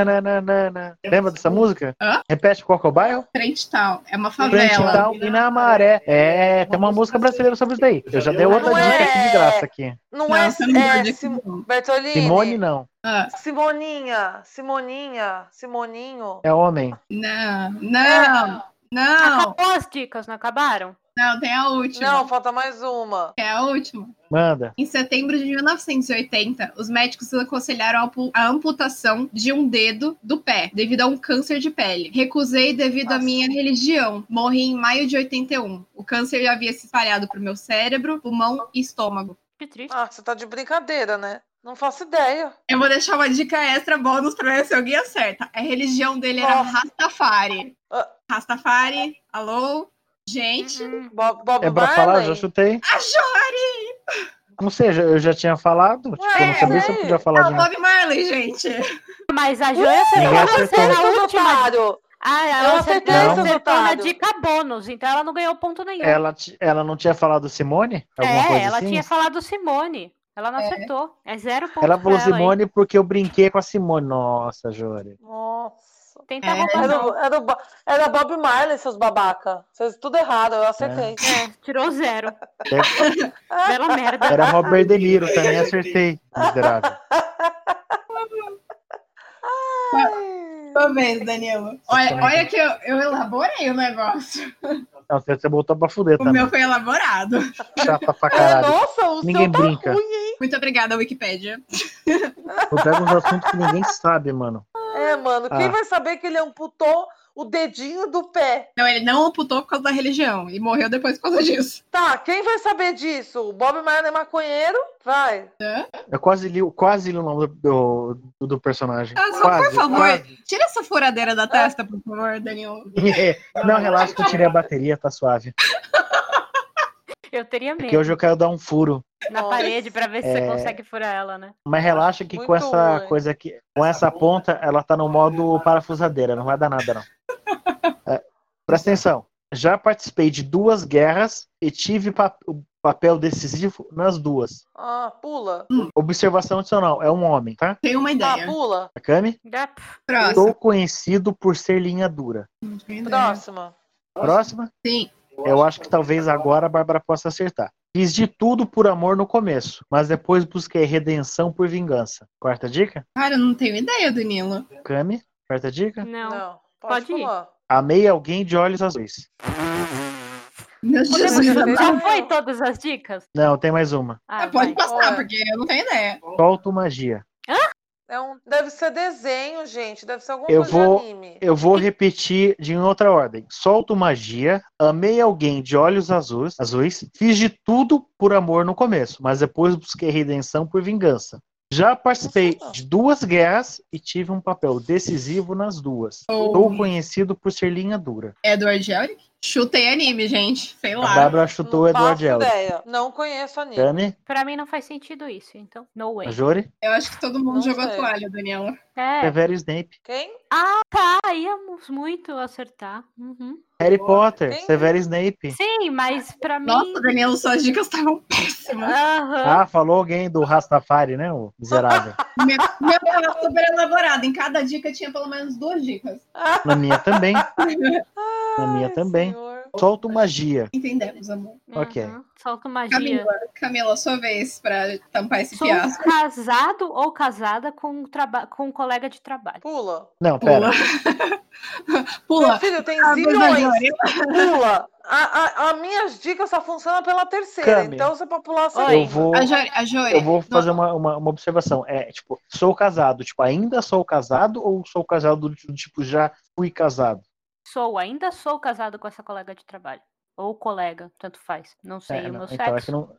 S1: nananana. Lembra dessa música?
S3: Hã?
S1: Repete qual que é o bairro?
S3: Trent Town é uma
S1: Frente
S3: favela.
S1: tal e um na maré. É, tem uma música brasileira sobre isso daí. Eu já dei outra
S2: Não
S1: dica aqui de
S2: é-
S1: graça aqui.
S2: não,
S3: Não,
S2: é,
S3: você não
S2: é,
S3: pode aqui,
S2: Sim-
S3: não.
S2: Bertolini.
S1: Simone não.
S3: Ah,
S2: Simoninha. Simoninha. Simoninho.
S1: É homem.
S3: não, não, não,
S4: Acabou as dicas, não acabaram?
S3: não, tem a última.
S2: Não, falta mais uma.
S3: É a última.
S1: Manda.
S3: Em setembro de 1980, os médicos aconselharam a ampu- a amputação de um dedo do pé, devido a um câncer de pele. Recusei devido à
S2: Nossa.
S3: minha religião. Morri em maio de 81. O câncer já havia se espalhado pro meu cérebro, pulmão e estômago.
S4: Que triste.
S2: Ah, você tá de brincadeira, né? Não faço ideia.
S3: Eu vou deixar uma dica extra bônus pra ver se alguém acerta. A religião dele era
S2: Nossa.
S3: Rastafari.
S2: Ah.
S3: Rastafari, alô? Gente,
S4: Hum,
S2: Bob, Bob
S1: É pra
S2: Marley?
S1: falar? Já chutei.
S3: a Jori!
S1: Não sei, já- eu já tinha falado. Tipo, eu não
S2: é,
S1: sabia se eu
S2: é.
S1: podia falar de
S3: Não,
S1: novo.
S3: Bob Marley, gente.
S4: Mas a Joia acertou
S1: Ninguém
S4: na
S1: acertou.
S4: cena
S2: Seus
S4: última.
S2: otário.
S4: Ah,
S2: Eu
S4: ela acertou,
S2: acertei,
S4: ela
S2: seus
S4: acertou na
S2: otários.
S4: dica bônus, então ela não ganhou ponto nenhum.
S1: Ela, ti- ela não tinha falado Simone? Alguma
S4: é,
S1: coisa
S4: ela
S1: assim?
S4: tinha falado Simone. Ela não acertou. É zero ponto.
S1: Ela falou
S4: pra hein?
S1: Simone porque eu brinquei com a Simone. Nossa, Jori.
S2: Nossa.
S4: Tenta
S3: É.
S4: roubar.
S2: Era,
S4: não.
S2: o- era, o Bo- era Bob Marley, seus babaca. Vocês tudo errado, eu acertei.
S4: É, tirou zero.
S1: É,
S4: Bela merda.
S1: Era Robert De Niro, também acertei. Miserável.
S2: Ai.
S3: Tô vendo, Danilo. Olha, olha que eu, eu elaborei o negócio.
S1: Não, você você botou pra fuder
S3: O
S1: também.
S3: meu foi elaborado.
S1: Chata pra
S2: É,
S1: caralho.
S2: nossa, o
S1: Ninguém
S2: seu tá
S1: brinca.
S2: ruim, hein?
S3: Muito obrigada, Wikipédia.
S1: Eu pego uns assuntos que ninguém sabe, mano.
S2: É, mano, quem
S1: Ah.
S2: vai saber que ele amputou o dedinho do pé?
S3: Não, ele não amputou por causa da religião e morreu depois por causa disso.
S2: Tá, quem vai saber disso? O Bob Marley é maconheiro? Vai.
S1: Eu quase li, o- quase li o nome do, do, do personagem.
S3: Ah, só
S1: quase,
S3: por favor,
S1: quase.
S3: tira essa furadeira da testa, por favor, Danilo.
S1: Não, relaxa que eu tirei a bateria, tá suave.
S4: Eu teria medo.
S1: Porque hoje eu quero dar um furo.
S4: Na
S2: Nossa.
S4: parede pra ver se você
S1: É.
S4: consegue furar ela, né?
S1: Mas relaxa que com
S2: Muito
S1: essa
S2: ruim.
S1: coisa aqui, com essa ponta, ela tá no modo parafusadeira, não vai dar nada, não. É, presta atenção. Já participei de duas guerras e tive pa- o papel decisivo nas duas.
S2: Ah, pula.
S1: Observação adicional, é um homem, tá?
S3: Tem uma
S2: Ah,
S3: ideia.
S2: pula.
S1: Akami?
S4: Já-
S3: Próximo.
S1: Sou conhecido por ser linha dura.
S2: Próxima.
S1: Próxima?
S3: Sim.
S1: Eu acho que talvez agora a Bárbara possa acertar. Fiz de tudo por amor no começo, mas depois busquei redenção por vingança. Quarta dica?
S3: Cara, eu não tenho ideia, Danilo.
S1: Kami? Quarta dica?
S4: Não.
S2: Não, pode,
S4: Pode ir.
S2: pular.
S1: Amei alguém de olhos azuis.
S3: Meu
S2: Podemos
S3: Jesus.
S2: fazer-
S3: amado.
S4: Já foi todas as dicas?
S1: Não, tem mais uma.
S4: Ah,
S3: Ah, Pode
S4: vai.
S3: passar,
S2: Olha.
S3: porque eu não tenho ideia.
S1: Solto magia.
S2: É um... Deve ser desenho, gente. Deve ser alguma
S1: Eu
S2: coisa
S1: vou-
S2: de anime.
S1: Eu vou repetir de em outra ordem. Solto magia, amei alguém de olhos azuis, azuis, fiz de tudo por amor no começo, mas depois busquei redenção por vingança. Já participei
S2: Nossa.
S1: de duas guerras e tive um papel decisivo nas duas. Sou
S3: Ou
S1: conhecido por ser linha dura.
S3: Edward Elric? Chutei anime, gente. Sei
S1: A
S3: lá.
S1: Bárbara chutou
S2: não faço
S1: Eduardo Elric.
S2: ideia. Não conheço anime.
S1: Dani,
S4: Pra mim não faz sentido isso, então. No way.
S1: a Jori,
S3: Eu acho que todo mundo
S2: Não
S3: jogou
S2: sei.
S3: toalha, Danilo.
S4: É.
S1: Severo Snape.
S2: Quem?
S4: Tá, íamos muito acertar. Uhum.
S1: Harry Potter,
S2: Quem?
S1: Severo Snape.
S4: Sim, mas pra mim.
S3: Nossa, Danilo, suas dicas estavam péssimas.
S4: Aham.
S1: Ah, falou alguém do Rastafari, né? O miserável.
S3: Meu, meu era super elaborado. Em cada dica tinha pelo menos duas dicas.
S1: Na minha também. Na minha
S2: Ai,
S1: também.
S2: senhor.
S1: Solto magia.
S3: Entendemos, amor.
S1: ok.
S4: Uhum. Solta magia.
S3: Camila, Camila, sua vez pra tampar esse
S4: Sou
S3: piado.
S4: casado ou casada com um, traba- com um colega de trabalho.
S2: Pula.
S1: Não,
S3: Pula.
S1: pera.
S2: Meu
S3: Pula.
S2: filho, tem
S3: Ah,
S2: zilhões.
S3: Dani,
S2: Pula. A, a, a minhas dicas só funcionam pela terceira.
S1: Cami.
S2: Então, você pode pular essa
S4: Oi.
S1: Eu
S2: aí.
S1: vou,
S3: A Jori, a Jori,
S1: eu vou
S3: no-
S1: fazer uma, uma, uma observação. É, tipo, sou casado. Tipo, ainda sou casado ou sou casado do do tipo, já fui casado?
S4: Sou, ainda sou casado com essa colega de trabalho. Ou colega, tanto faz. Não sei
S1: É, não,
S4: o meu
S1: então, é que,
S4: sexo.
S1: não,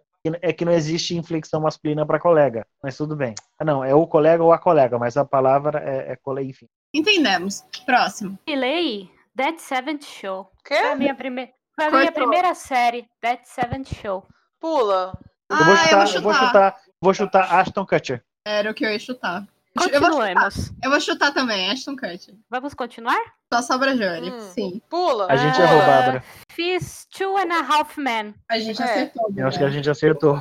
S1: é que não existe inflexão masculina para colega, mas tudo bem. Ah, Não, é o colega ou a colega, mas a palavra é, é colega, enfim.
S3: Entendemos. Próximo.
S4: Pilei Dead Seventh Show. Foi a
S2: Quê?
S4: minha, prime... Foi a minha
S3: Cortou.
S4: primeira série, Dead Seventh Show.
S2: Pula.
S1: Eu
S3: Ah,
S1: vou chutar,
S3: eu
S1: eu vou chutar, vou chutar Ashton Kutcher.
S3: Era o que eu ia chutar. Eu vou chutar,
S4: Continuemos.
S3: eu vou chutar também, Ashton Kutcher.
S4: Vamos continuar?
S3: Só sobra Jory,
S2: Hum.
S3: sim.
S2: Pula.
S1: A gente é
S4: Ah.
S2: Pula.
S1: roubado, né?
S4: Fiz Two and a Half Men.
S3: A gente
S2: É.
S3: acertou.
S1: Eu acho que
S3: né?
S1: a gente acertou.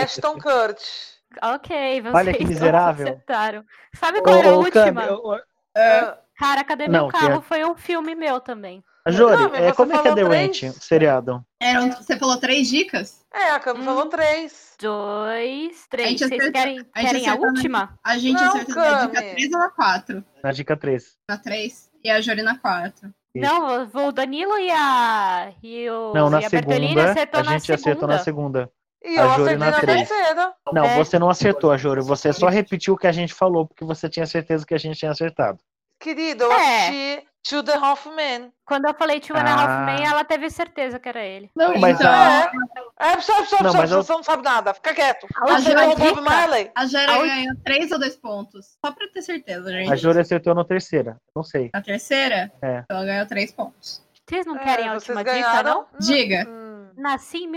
S2: Ashton Kutcher.
S4: Ok, vocês
S1: Olha que miserável.
S4: acertaram. Sabe qual era a
S1: Ô, ô, Cami,
S4: última?
S1: ô, ô,
S3: Ah,
S2: É.
S4: Cara, cadê
S1: Não,
S4: meu
S1: que
S4: carro? Foi um filme meu também.
S1: a Jori,
S2: Cami,
S1: é,
S2: você
S1: como é que é
S2: falou
S1: The
S2: três?
S1: Ranch, o seriado?
S3: Eram, você falou três dicas?
S2: É, a Cami
S4: Hum.
S2: falou três.
S4: Dois, três.
S3: gente
S4: Vocês
S3: acertou-
S4: querem,
S3: a gente
S4: querem a
S3: acertou na-
S4: última?
S3: A gente
S2: Não,
S3: acertou na dica
S2: Cami.
S3: 3 ou na 4?
S1: Na dica 3.
S3: Na 3 e a Jory na 4.
S1: Isso.
S4: Não, eu vou o Danilo e a. E o,
S1: Não, na
S4: e a Bertolini
S1: segunda.
S4: acertou
S1: A
S4: na
S1: gente acertou na segunda.
S2: E
S1: A
S2: eu
S1: Júri
S2: acertei
S1: na
S2: na
S1: três.
S2: terceira.
S1: Não,
S4: É.
S1: você não acertou, a Jori. Você só repetiu o que a gente falou, porque você tinha certeza que a gente tinha acertado.
S2: Querido, eu
S4: É.
S2: assisti To the Hoffman.
S4: Quando eu falei Two and a Half
S1: Ah.
S4: Men, ela teve certeza que era ele.
S1: Não, mas
S3: Então,
S1: a-
S2: É. É, stop, stop,
S1: Não,
S2: stop,
S1: mas eu-
S2: você não sabe nada. Fica quieto.
S4: A
S3: Mas
S2: Você
S3: eu-
S4: última
S2: é o
S3: mas
S2: Bob
S4: dica.
S2: Marley.
S3: A Jory
S4: A ult-
S3: ganhou 3 ou 2 pontos? Só pra ter certeza,
S1: a
S3: gente.
S1: Jori acertou na terceira. Não sei.
S3: Na terceira,
S1: É.
S3: ela ganhou 3 pontos.
S4: Vocês não querem
S2: É,
S4: a
S2: vocês
S4: última dica,
S2: ganharam?
S4: não?
S3: Hum. Diga.
S2: Hum.
S4: Nasci em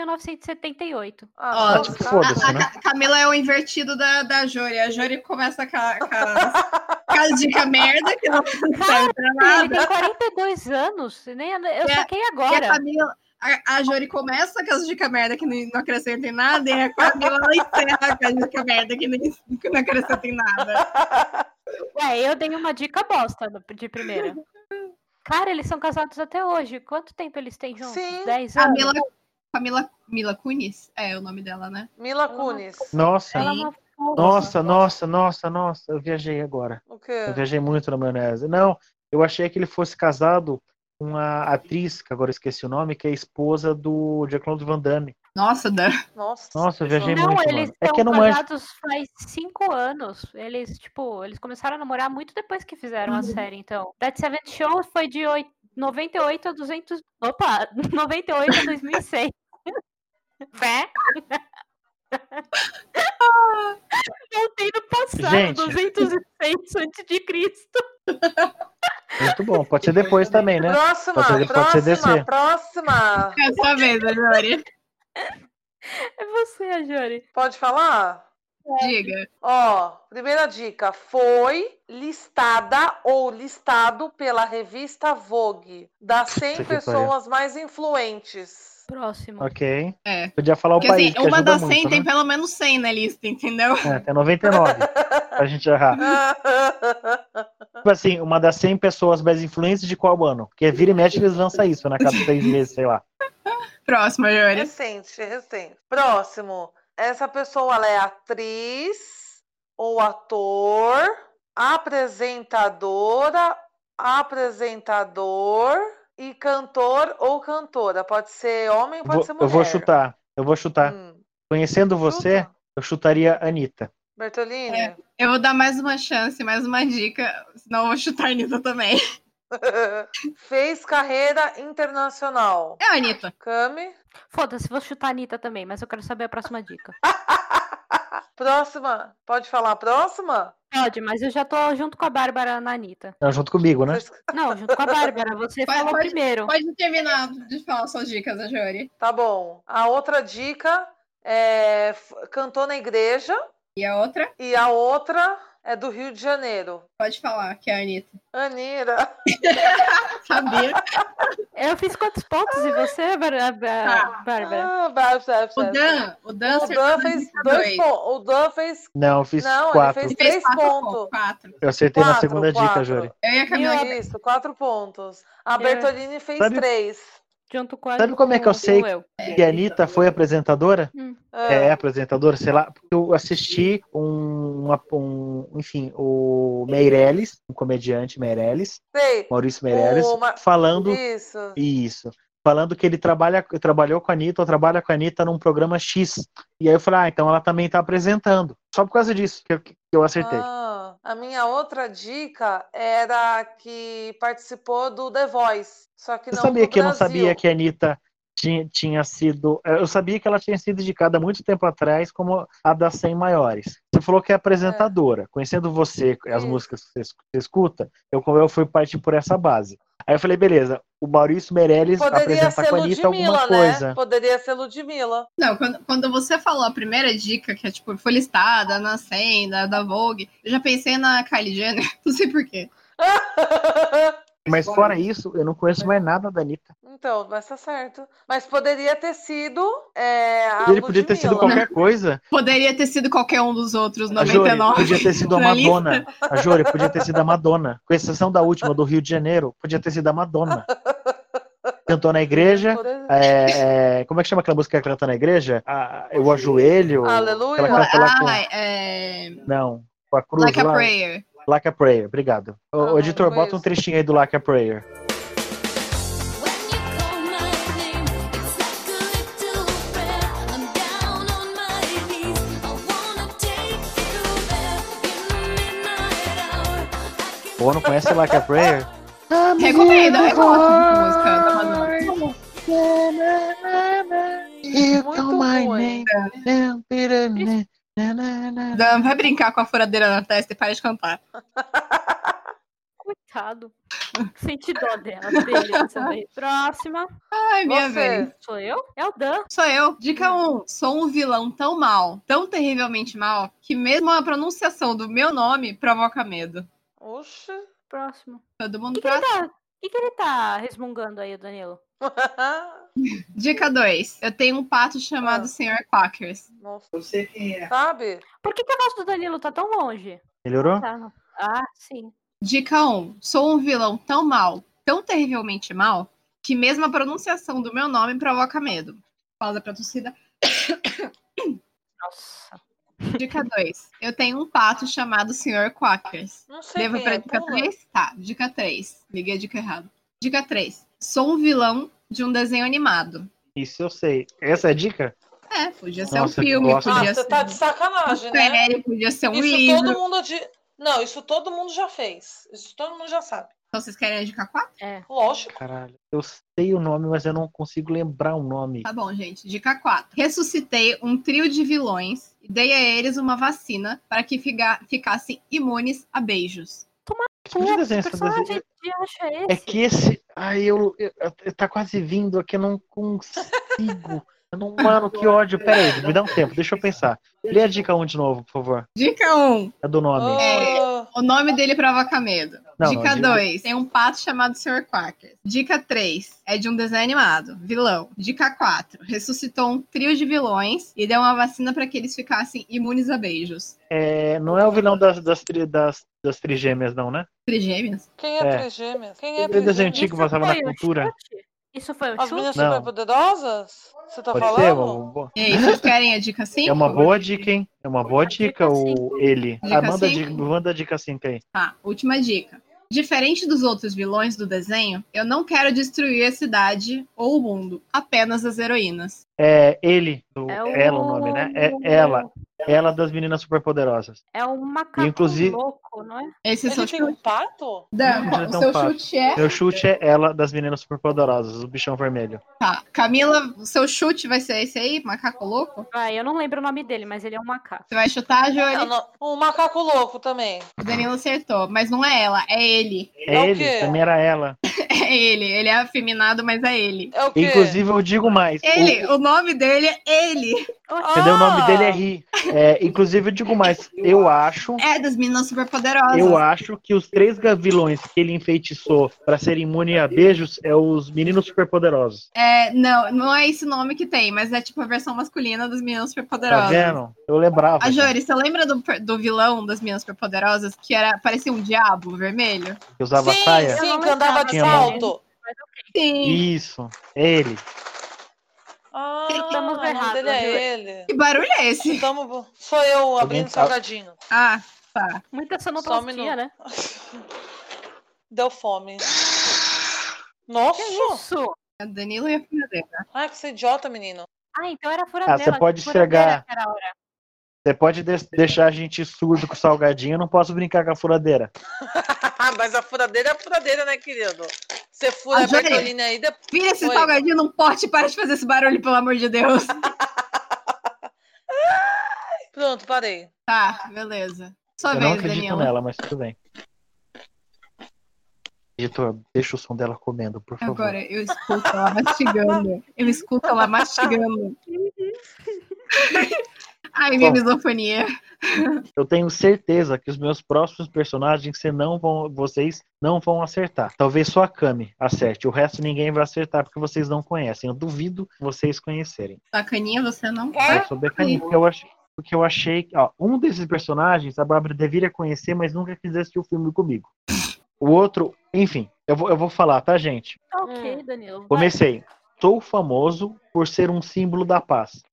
S4: 1978.
S2: Ah,
S3: Ó,
S2: não,
S1: tipo,
S2: tá.
S1: foda-se.
S3: A, a
S1: né?
S3: Ca- Camila é o invertido da, da Jory. A Jory começa com a, com a- com as dicas merda que não serve pra
S4: Ele
S3: nada. É,
S4: tem 42 anos. e Nem, eu
S3: E a-
S4: saquei
S3: E a
S4: agora.
S3: Camila. A, a Jory começa com as dicas merda que não, não acrescentem nada, e a Camila ela encerra com as dicas merda que, nem, que não acrescentem nada.
S4: Ué, eu dei uma dica bosta no- de primeira. Cara, eles são casados até hoje. Quanto tempo eles têm juntos?
S2: Sim.
S4: 10 anos?
S3: Camila, Camila Mila Kunis? É o nome dela, né?
S2: Mila Kunis.
S1: Nossa,
S4: Ela é uma fofa.
S1: nossa, nossa, nossa, nossa. Eu viajei agora.
S2: O
S1: Eu
S2: quê?
S1: viajei muito na maionese. Não, eu achei que ele fosse casado com a atriz, que agora eu esqueci o nome, que é a esposa do Jean-Claude Van Damme.
S3: Nossa, Dan.
S2: Nossa.
S1: Nossa, eu viajei
S4: Não,
S1: muito.
S4: eles
S1: mano. É que eu não
S4: são
S1: manjo.
S4: casados faz 5 anos. Eles, tipo, eles começaram a namorar muito depois que fizeram
S1: Uhum.
S4: a série, então. That Seven Show foi de oit- 98 a 200... Opa! 98 a 2006. Né? Voltei no passado,
S1: Gente.
S4: 206 antes de Cristo.
S1: Muito bom. Pode ser depois também, né?
S2: Próxima,
S1: Pode ser- pode ser
S2: próxima,
S1: descer.
S2: próxima.
S3: É a sua vez, a Jory.
S4: É você, Jori.
S2: Pode falar?
S3: Diga.
S2: Ó, primeira dica. Foi listada ou listado pela revista Vogue, das 100
S1: que pariu.
S2: pessoas mais influentes.
S4: Próximo.
S1: Ok.
S3: É.
S1: Podia falar o
S3: Porque
S1: país.
S3: assim,
S1: que
S3: uma
S1: ajuda
S3: das 100
S1: muito,
S3: tem
S1: né?
S3: pelo menos 100 na lista, entendeu?
S1: É, tem 99. pra gente errar. Tipo assim, uma das 100 pessoas mais influentes de qual ano? Porque vira e mexe eles lançam isso, né? Cada seis meses, sei lá.
S3: Próxima, Jory.
S2: recente, recente. Próximo. Essa pessoa ela é atriz ou ator, apresentadora, apresentador e cantor ou cantora. Pode ser homem, pode
S1: Vou-
S2: ser mulher.
S1: eu vou chutar. Eu vou chutar.
S2: Hum,
S1: Conhecendo você,
S2: chuta.
S1: eu chutaria a Anitta.
S2: Bertolini?
S3: É. Eu vou dar mais uma chance, mais uma dica, senão eu vou chutar a Anitta também.
S2: Fez carreira internacional.
S3: É a Anitta.
S2: Cami?
S4: Foda-se, vou chutar a Anitta também, mas eu quero saber a próxima dica.
S2: Próxima. Pode falar a próxima?
S4: Pode, mas eu já tô junto com a Bárbara na Anitta.
S1: Não, junto comigo, né?
S2: Vocês-
S4: Não, junto com a Bárbara, você
S3: Pode-
S4: falou
S3: pode-
S4: primeiro.
S3: Pode terminar de falar suas dicas, a Jory.
S2: Tá bom. A outra dica é f- cantou na igreja.
S3: E a outra,
S2: E a outra é do Rio de Janeiro.
S3: pode falar, que é a Anitta.
S2: Anira.
S3: Sabia?
S4: Eu fiz quantos pontos e você, Bárbara?
S3: Tá.
S4: Bárbara?
S2: Ah, vai, vai,
S3: O
S2: vai.
S3: Dan, o Dan,
S2: O Dan fez dois pontos. O Dan fez.
S1: Não, eu fiz
S2: Não,
S1: quatro.
S2: ele fez
S3: Fez
S2: três
S3: quatro
S2: pontos.
S3: pontos. Quatro.
S1: Eu acertei na
S2: Quatro,
S1: segunda dica,
S2: quatro.
S1: Júri.
S3: Eu e a Camila.
S4: Camila.
S2: Isso, quatro pontos. A
S4: É.
S2: Bertolini fez
S1: Sabe-
S2: três.
S4: Junto com a
S1: Sabe como é que eu
S4: com
S1: sei
S4: eu.
S1: E a
S2: então.
S1: Anitta foi apresentadora?
S2: Ah,
S1: É, apresentadora, sei lá. Porque eu assisti um, uma- um- Enfim, o Meirelles, um comediante Meirelles,
S2: sei.
S1: Maurício Meirelles,
S2: O Ma-
S1: falando
S2: Isso.
S1: Isso. Falando que ele trabalha, trabalhou com a Anitta, ou trabalha com a Anitta num programa X. E aí eu falei, ah, então ela também tá apresentando. Só por causa disso que eu, que eu acertei.
S2: Ah, a minha outra dica era que participou do The Voice. Só que
S1: eu
S2: não
S1: sabia
S2: do
S1: que eu não
S2: Brasil.
S1: sabia que a Anitta tinha, tinha sido. eh, Eu sabia que ela tinha sido indicada há muito tempo atrás como a das 100 maiores. Você falou que é apresentadora. Conhecendo você, as
S2: Isso.
S1: músicas que você esc- você escuta, eu, eu fui partir por essa base. Aí eu falei, beleza, o Maurício Meirelles
S2: Poderia
S1: apresenta
S2: ser
S1: com a Anitta alguma
S2: Ludmilla, né?
S1: coisa.
S2: Poderia ser Ludmilla.
S3: Não, quando, quando você falou a primeira dica, que é tipo, foi listada na Senda, da Vogue, eu já pensei na Kylie Jenner, não sei porquê.
S1: Mas fora isso, eu não
S2: É.
S1: conheço mais nada da Anitta.
S2: então, mas tá certo. Mas poderia ter sido é, a
S1: Ele podia ter sido
S2: Ludmilla.
S1: qualquer coisa.
S3: Poderia ter sido qualquer um dos outros,
S1: A Jori
S3: 99.
S1: podia ter sido a
S3: na lista.
S1: Madonna. A Jori podia ter sido a Madonna. Com exceção da última, do Rio de Janeiro, podia ter sido a Madonna. Cantou na igreja.
S2: Poderia-
S1: é, é, como é que chama aquela música que ela canta na igreja? A, eu ajoelho.
S2: Aleluia.
S1: Aquela que ela canta lá
S3: Ah, é...
S1: com, não, com a cruz.
S3: Like a
S1: lá.
S3: Prayer.
S1: Like a Prayer, obrigado. Ô,
S2: Ah,
S1: ô, editor,
S2: não foi
S1: bota um
S2: isso.
S1: trechinho aí do Like a Prayer. Pô, não conhece o Like a Prayer?
S3: Recomendo, é ótima música tá da Madonna.
S1: You
S2: Muito
S1: call my name,
S2: ruim.
S1: na, pera, na, na, na, na.
S3: Dan, vai brincar com a furadeira na testa e para de cantar.
S4: Coitado. Senti dó dela. Beleza. velho. Próxima.
S3: Ai, minha
S2: Você.
S3: vez.
S4: Sou eu? É o Dan.
S3: Sou eu. Dica 1. Sou um vilão tão mal, tão terrivelmente mal, que mesmo a pronunciação do meu nome provoca medo.
S2: Oxe.
S4: Próximo.
S3: Todo
S4: O
S3: mundo
S4: que, que ele
S3: pra...
S4: tá... o que, que ele tá resmungando aí, o Danilo?
S3: Dica 2. Eu tenho um pato chamado
S2: Ah.
S3: Sr. Quackers.
S2: Nossa,
S9: Eu sei quem é.
S2: sabe?
S4: Por que, que a voz do Danilo tá tão longe?
S1: Melhorou?
S4: Tá, não. Ah, sim.
S3: Dica 1. Sou um vilão tão mal, tão terrivelmente mal, que mesmo a pronunciação do meu nome provoca medo. Pausa pra torcida.
S4: Nossa.
S3: Dica 2. Eu tenho um pato chamado Sr. Quackers.
S2: Não sei
S3: Devo
S2: quem
S3: pra
S2: é.
S3: dica
S2: pula.
S3: 3? Tá, dica 3. Liguei a dica errada. Dica 3. Sou um vilão de um desenho animado.
S1: Isso eu sei. Essa é a dica?
S3: É, podia ser
S1: Nossa,
S3: um filme,
S1: nossa.
S2: Ah,
S3: podia
S2: você
S3: ser
S2: tá de
S3: uma
S2: sacanagem, né?
S3: série, podia ser um
S2: Isso
S3: livro.
S2: todo mundo de... Não, isso todo mundo já fez. Isso todo mundo já sabe.
S3: Então vocês querem a dica 4?
S4: É.
S2: Lógico.
S1: Caralho. Eu sei o nome, mas eu não consigo lembrar o nome.
S3: Tá bom, gente. Dica 4. Ressuscitei um trio de vilões e dei a eles uma vacina para que figa- ficassem imunes a beijos.
S1: Que tipo de
S4: Pô,
S1: desenho
S4: que
S1: é esse? Desenho-
S4: personagem de acha esse?
S1: É que esse. Ai, eu, eu, eu- Tá quase vindo aqui, eu não consigo. Eu não, mano, que ódio. Pera aí, me dá um tempo, deixa eu pensar. Lê a dica 1 de novo, por favor.
S3: Dica 1.
S1: É do nome.
S2: Ah,
S3: O nome dele provoca medo.
S1: Não, não,
S3: Dica
S1: diga-
S3: 2. Tem um pato chamado Sr. Quackers. Dica 3. É de um desenho animado. Vilão. Dica 4. Ressuscitou um trio de vilões e deu uma vacina para que eles ficassem imunes a beijos.
S1: É, não é o vilão das, das, tri- das, das trigêmeas, não, né?
S3: Trigêmeas?
S2: Quem é,
S1: É.
S2: trigêmeas? Quem é
S1: Aquele desenho
S2: trigêmeas?
S1: antigo que passava na
S4: foi um
S1: cultura.
S4: chute? Isso foi um
S2: As
S4: chute?
S2: meninas
S1: Não.
S2: superpoderosas? Você tá
S1: Pode ser? É
S2: falando?
S1: Uma, boa-
S3: E aí, vocês querem a dica 5?
S1: é uma boa dica, hein? É uma boa dica,
S4: Dica
S1: o
S4: cinco.
S1: ele.
S3: Dica
S1: Ah, manda, a
S3: cinco?
S1: dica, manda a dica 5 aí.
S3: Tá, última dica. Diferente dos outros vilões do desenho, eu não quero destruir a cidade ou o mundo, apenas as heroínas.
S1: É ele, do-
S4: É o-
S1: ela o nome, né? É ela, ela das meninas superpoderosas.
S4: É um macaco
S1: Inclusive-
S4: louco, não é?
S3: Esse é o seu
S2: Ele tem um
S3: chute.
S2: pato?
S3: Dan,
S1: Já
S3: o
S1: dá um
S3: seu
S1: passo.
S3: chute é.
S1: Meu chute é ela das meninas superpoderosas, o bichão vermelho.
S3: Tá. Camila, o seu chute vai ser esse aí? Macaco louco?
S4: Ah, eu não lembro o nome dele, mas ele é um macaco.
S3: Você vai chutar, Jory?
S2: Não, não. Um macaco louco também.
S3: O Danilo acertou, mas não é ela, é ele.
S1: É
S2: É o
S1: ele,
S2: quê?
S1: também era ela.
S3: É ele. Ele é afeminado, mas é ele.
S2: É o quê?
S1: Inclusive, eu digo mais.
S3: Ele,
S1: O,
S3: o nome dele é ele.
S1: entendeu? O nome
S2: Ah!
S1: dele é Ri. É, inclusive, eu digo mais. Eu acho.
S3: É das meninas superpoderosas.
S1: Eu acho que os três vilões que ele enfeitiçou pra ser imune a beijos é os meninos superpoderosos.
S3: É, não, não é esse nome que tem, mas é tipo a versão masculina das meninas
S1: Tá
S3: superpoderosas.
S1: vendo? Eu lembrava.
S3: A Jori, você lembra do, do vilão das meninas superpoderosas que era parecia um diabo vermelho?
S1: Que usava
S2: sim,
S1: saia.
S4: Eu
S2: sim,
S4: não
S2: que andava
S4: lembrava
S2: de
S1: Tinha mão.
S2: salto.
S3: Sim.
S1: Isso. Ele.
S2: Ah,
S4: Estamos
S2: o nome
S4: errados,
S2: dele é
S4: viu?
S2: ele.
S3: Que barulho é esse?
S2: Estamos... Sou eu abrindo
S1: tá-
S2: salgadinho.
S3: Ah, tá.
S4: Muita
S2: Só um minuto.
S4: sonoplastia, né?
S2: Deu fome. Nossa!
S4: Que isso?
S3: É Danilo e a furadeira.
S2: Ai, que você é idiota, menino.
S4: Ah, então era a
S1: Ah,
S4: furadeira.
S1: você pode
S4: furadeira
S1: esfregar.
S4: que era a hora.
S1: Você pode des- deixar a gente surdo com o salgadinho. Eu não posso brincar com a furadeira.
S2: Mas a furadeira é a furadeira, né, querido? Você fura a
S3: Adorei.
S2: Bertolini aí, depois.
S3: Vira esse
S2: Oi.
S3: salgadinho num pote e para de fazer esse barulho, pelo amor de Deus.
S2: Pronto, parei.
S3: Tá, beleza. Sua
S1: Eu não
S3: vez,
S1: acredito
S3: Danilo.
S1: nela, mas tudo bem. Editor, deixa o som dela comendo, por favor.
S3: Agora é. eu escuto ela mastigando. Eu escuto ela mastigando. Ai, minha
S1: Bom.
S3: misofonia.
S1: Eu tenho certeza que os meus próximos personagens você não vão, vocês não vão acertar. Talvez só a Kami acerte. O resto ninguém vai acertar porque vocês não conhecem. Eu duvido vocês conhecerem.
S3: Bacaninha tá você não?
S1: Eu sou Becaninha, porque eu achei. Porque eu achei. Ó, um desses personagens a Bárbara deveria conhecer, mas nunca quis assistir o filme comigo. O outro, enfim, eu vou, eu vou falar, tá, gente?
S4: Tá
S2: Hum.
S4: ok, Danilo. vai.
S1: Comecei. Sou famoso por ser um símbolo da paz.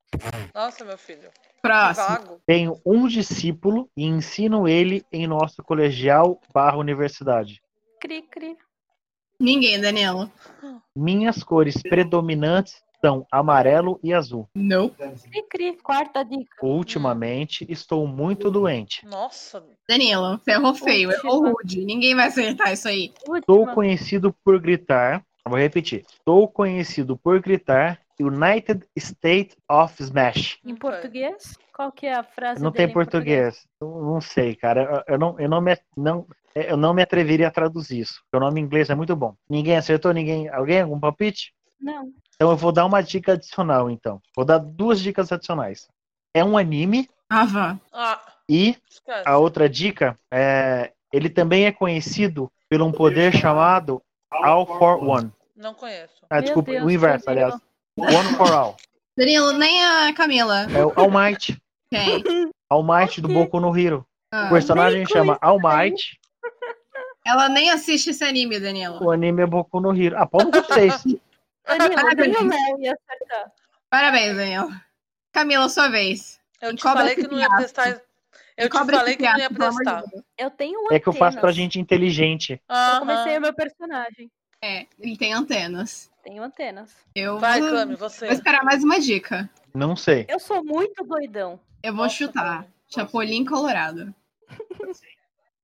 S2: Nossa, meu filho.
S3: Próximo.
S2: Vago.
S1: Tenho um discípulo e ensino ele em nosso colegial barra universidade.
S4: Cri, cri.
S3: Ninguém, Danilo.
S1: Minhas cores predominantes são amarelo e azul.
S3: Não.
S4: Cri, cri. Quarta dica.
S1: Ultimamente estou muito doente.
S2: Nossa.
S3: Danilo, ferrou feio,
S4: Última.
S3: errou rude. Ninguém vai acertar isso aí.
S1: Sou
S4: Última.
S1: conhecido por gritar. Vou repetir. Sou conhecido por gritar United States of Smash.
S4: Em português? Qual que é a frase
S1: Não
S4: dele
S1: tem
S4: em português?
S1: português. Eu Não sei, cara. Eu eu não, eu não me, não, eu não me atreveria a traduzir isso. porque O nome em inglês é muito bom. Ninguém acertou? Ninguém? Alguém? Algum palpite?
S4: Não.
S1: Então eu vou dar uma dica adicional, então. Vou dar duas dicas adicionais. É um anime
S3: Ava.
S2: Ah,
S1: e
S2: esquece.
S1: a outra dica é ele também é conhecido por um poder chamado All for One.
S2: Não conheço.
S1: Ah,
S4: Meu
S1: desculpa,
S4: Deus,
S1: o inverso,
S4: Danilo.
S1: aliás. One for All.
S3: Danilo, nem a Camila.
S1: É o All Might.
S3: Quem?
S1: All Might do
S4: Ok.
S1: Boku no Hero.
S3: Ah.
S1: O personagem
S4: Nem
S1: chama All Might,
S3: Ela nem assiste esse anime, Danilo.
S1: o anime é Boku no Hero. Ah, pau no cu de vocês.
S4: Danilo,
S3: Parabéns.
S4: nem o Léo ia acertar.
S3: Parabéns, Danilo. Camila, sua vez.
S2: Eu te
S3: Cobra
S2: falei que
S3: esse
S2: não ia
S3: piaço.
S2: testar. Eu te
S3: Cobra
S2: falei
S3: esse
S2: que não ia
S3: piaço, pelo amor de
S2: testar.
S3: Deus.
S4: Eu tenho
S1: É que eu faço pra
S4: antenas.
S1: gente inteligente.
S4: Eu
S2: Aham.
S4: comecei o meu personagem.
S3: É, ele tem antenas.
S4: Tenho antenas.
S3: Eu
S2: Vai,
S3: vou,
S2: Cami,
S3: vou
S2: você.
S3: esperar mais uma dica.
S1: Não sei.
S4: Eu sou muito doidão.
S3: Eu vou
S2: Nossa,
S3: chutar.
S2: Cami.
S3: Chapolin colorado.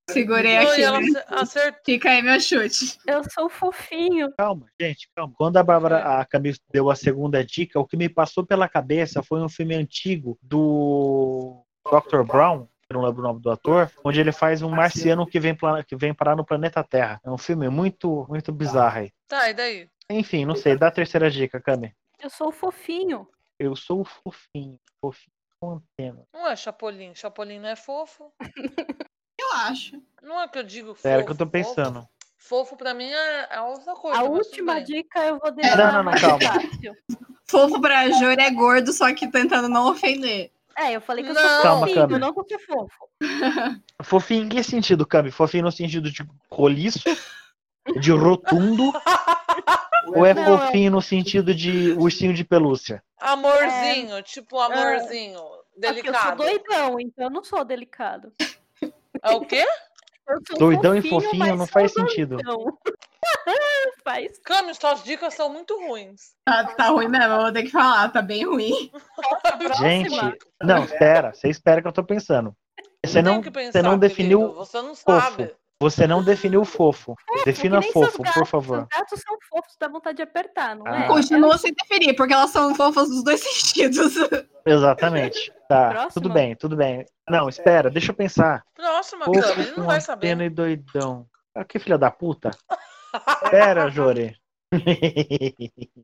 S4: É,
S3: Segurei
S2: Não,
S3: aqui.
S2: e ela
S3: né?
S2: ace- acertou.
S3: Fica aí meu chute.
S4: Eu sou fofinho.
S1: Calma, gente, calma. Quando a Bárbara a Camille deu a segunda dica, o que me passou pela cabeça foi um filme antigo do Dr. Brown, eu não lembro o nome do ator, onde ele faz um marciano que vem, pla- que vem parar no planeta Terra. É um filme muito, muito bizarro aí.
S2: Tá, e daí?
S1: Enfim, não sei, dá a terceira dica, Cami.
S4: Eu sou fofinho.
S1: Eu sou fofinho, fofinho com antena.
S2: Não é Chapolin. Chapolin não é fofo.
S3: Eu acho.
S2: Não é que eu digo fofo.
S1: Era o que eu tô
S2: fofo.
S1: pensando.
S2: Fofo pra mim é é outra coisa.
S4: A
S2: mas tudo
S4: última
S2: bem.
S4: dica eu vou
S1: É,
S4: deixar
S1: não, não, não,
S4: mais
S1: calma.
S4: fácil.
S3: Fofo pra Júlia é gordo, só que tentando não ofender.
S4: É, eu falei que eu
S2: Não.
S4: sou
S1: Calma,
S4: fofinho,
S1: Cami.
S4: não que eu sou fofo.
S1: Fofinho em que sentido, Cami? Fofinho no sentido de roliço, de rotundo, ou é
S4: Não, é-
S1: fofinho no sentido de ursinho de pelúcia?
S2: Amorzinho, tipo amorzinho.
S4: Ah, É porque eu
S2: Delicado.
S4: sou doidão, então eu não sou delicado.
S2: É o quê?
S4: Eu sou
S1: Doidão e fofinho
S4: mas
S1: não
S4: sou
S1: faz sentido.
S4: doidão. faz.
S2: Cami, suas dicas são muito ruins.
S3: Tá, tá ruim mesmo, eu vou ter que falar, tá bem ruim.
S2: Tá
S1: Gente, tipo,
S4: Próxima.
S1: não, espera, você espera que eu tô pensando. Você
S2: tem
S1: não,
S2: o que pensar,
S1: você não
S2: querido,
S1: definiu,
S2: Você não
S1: fofo.
S2: sabe.
S1: você não definiu fofo. Defina
S4: que É, nem seus
S1: fofo, por
S4: gatos, Os
S1: favor.
S4: gatos são fofos, dá vontade de apertar, não
S1: Ah.
S4: é?
S3: Continua sem definir, porque elas são fofas dos dois sentidos.
S1: Exatamente. Tá,
S4: Próxima?
S1: tudo bem, tudo bem. Não, espera, deixa eu pensar.
S2: Próxima, Cami, ele
S1: Fofo
S2: não
S1: com
S2: vai
S1: antena
S2: saber.
S1: e doidão. Ah, que filha da puta. Espera, Jore.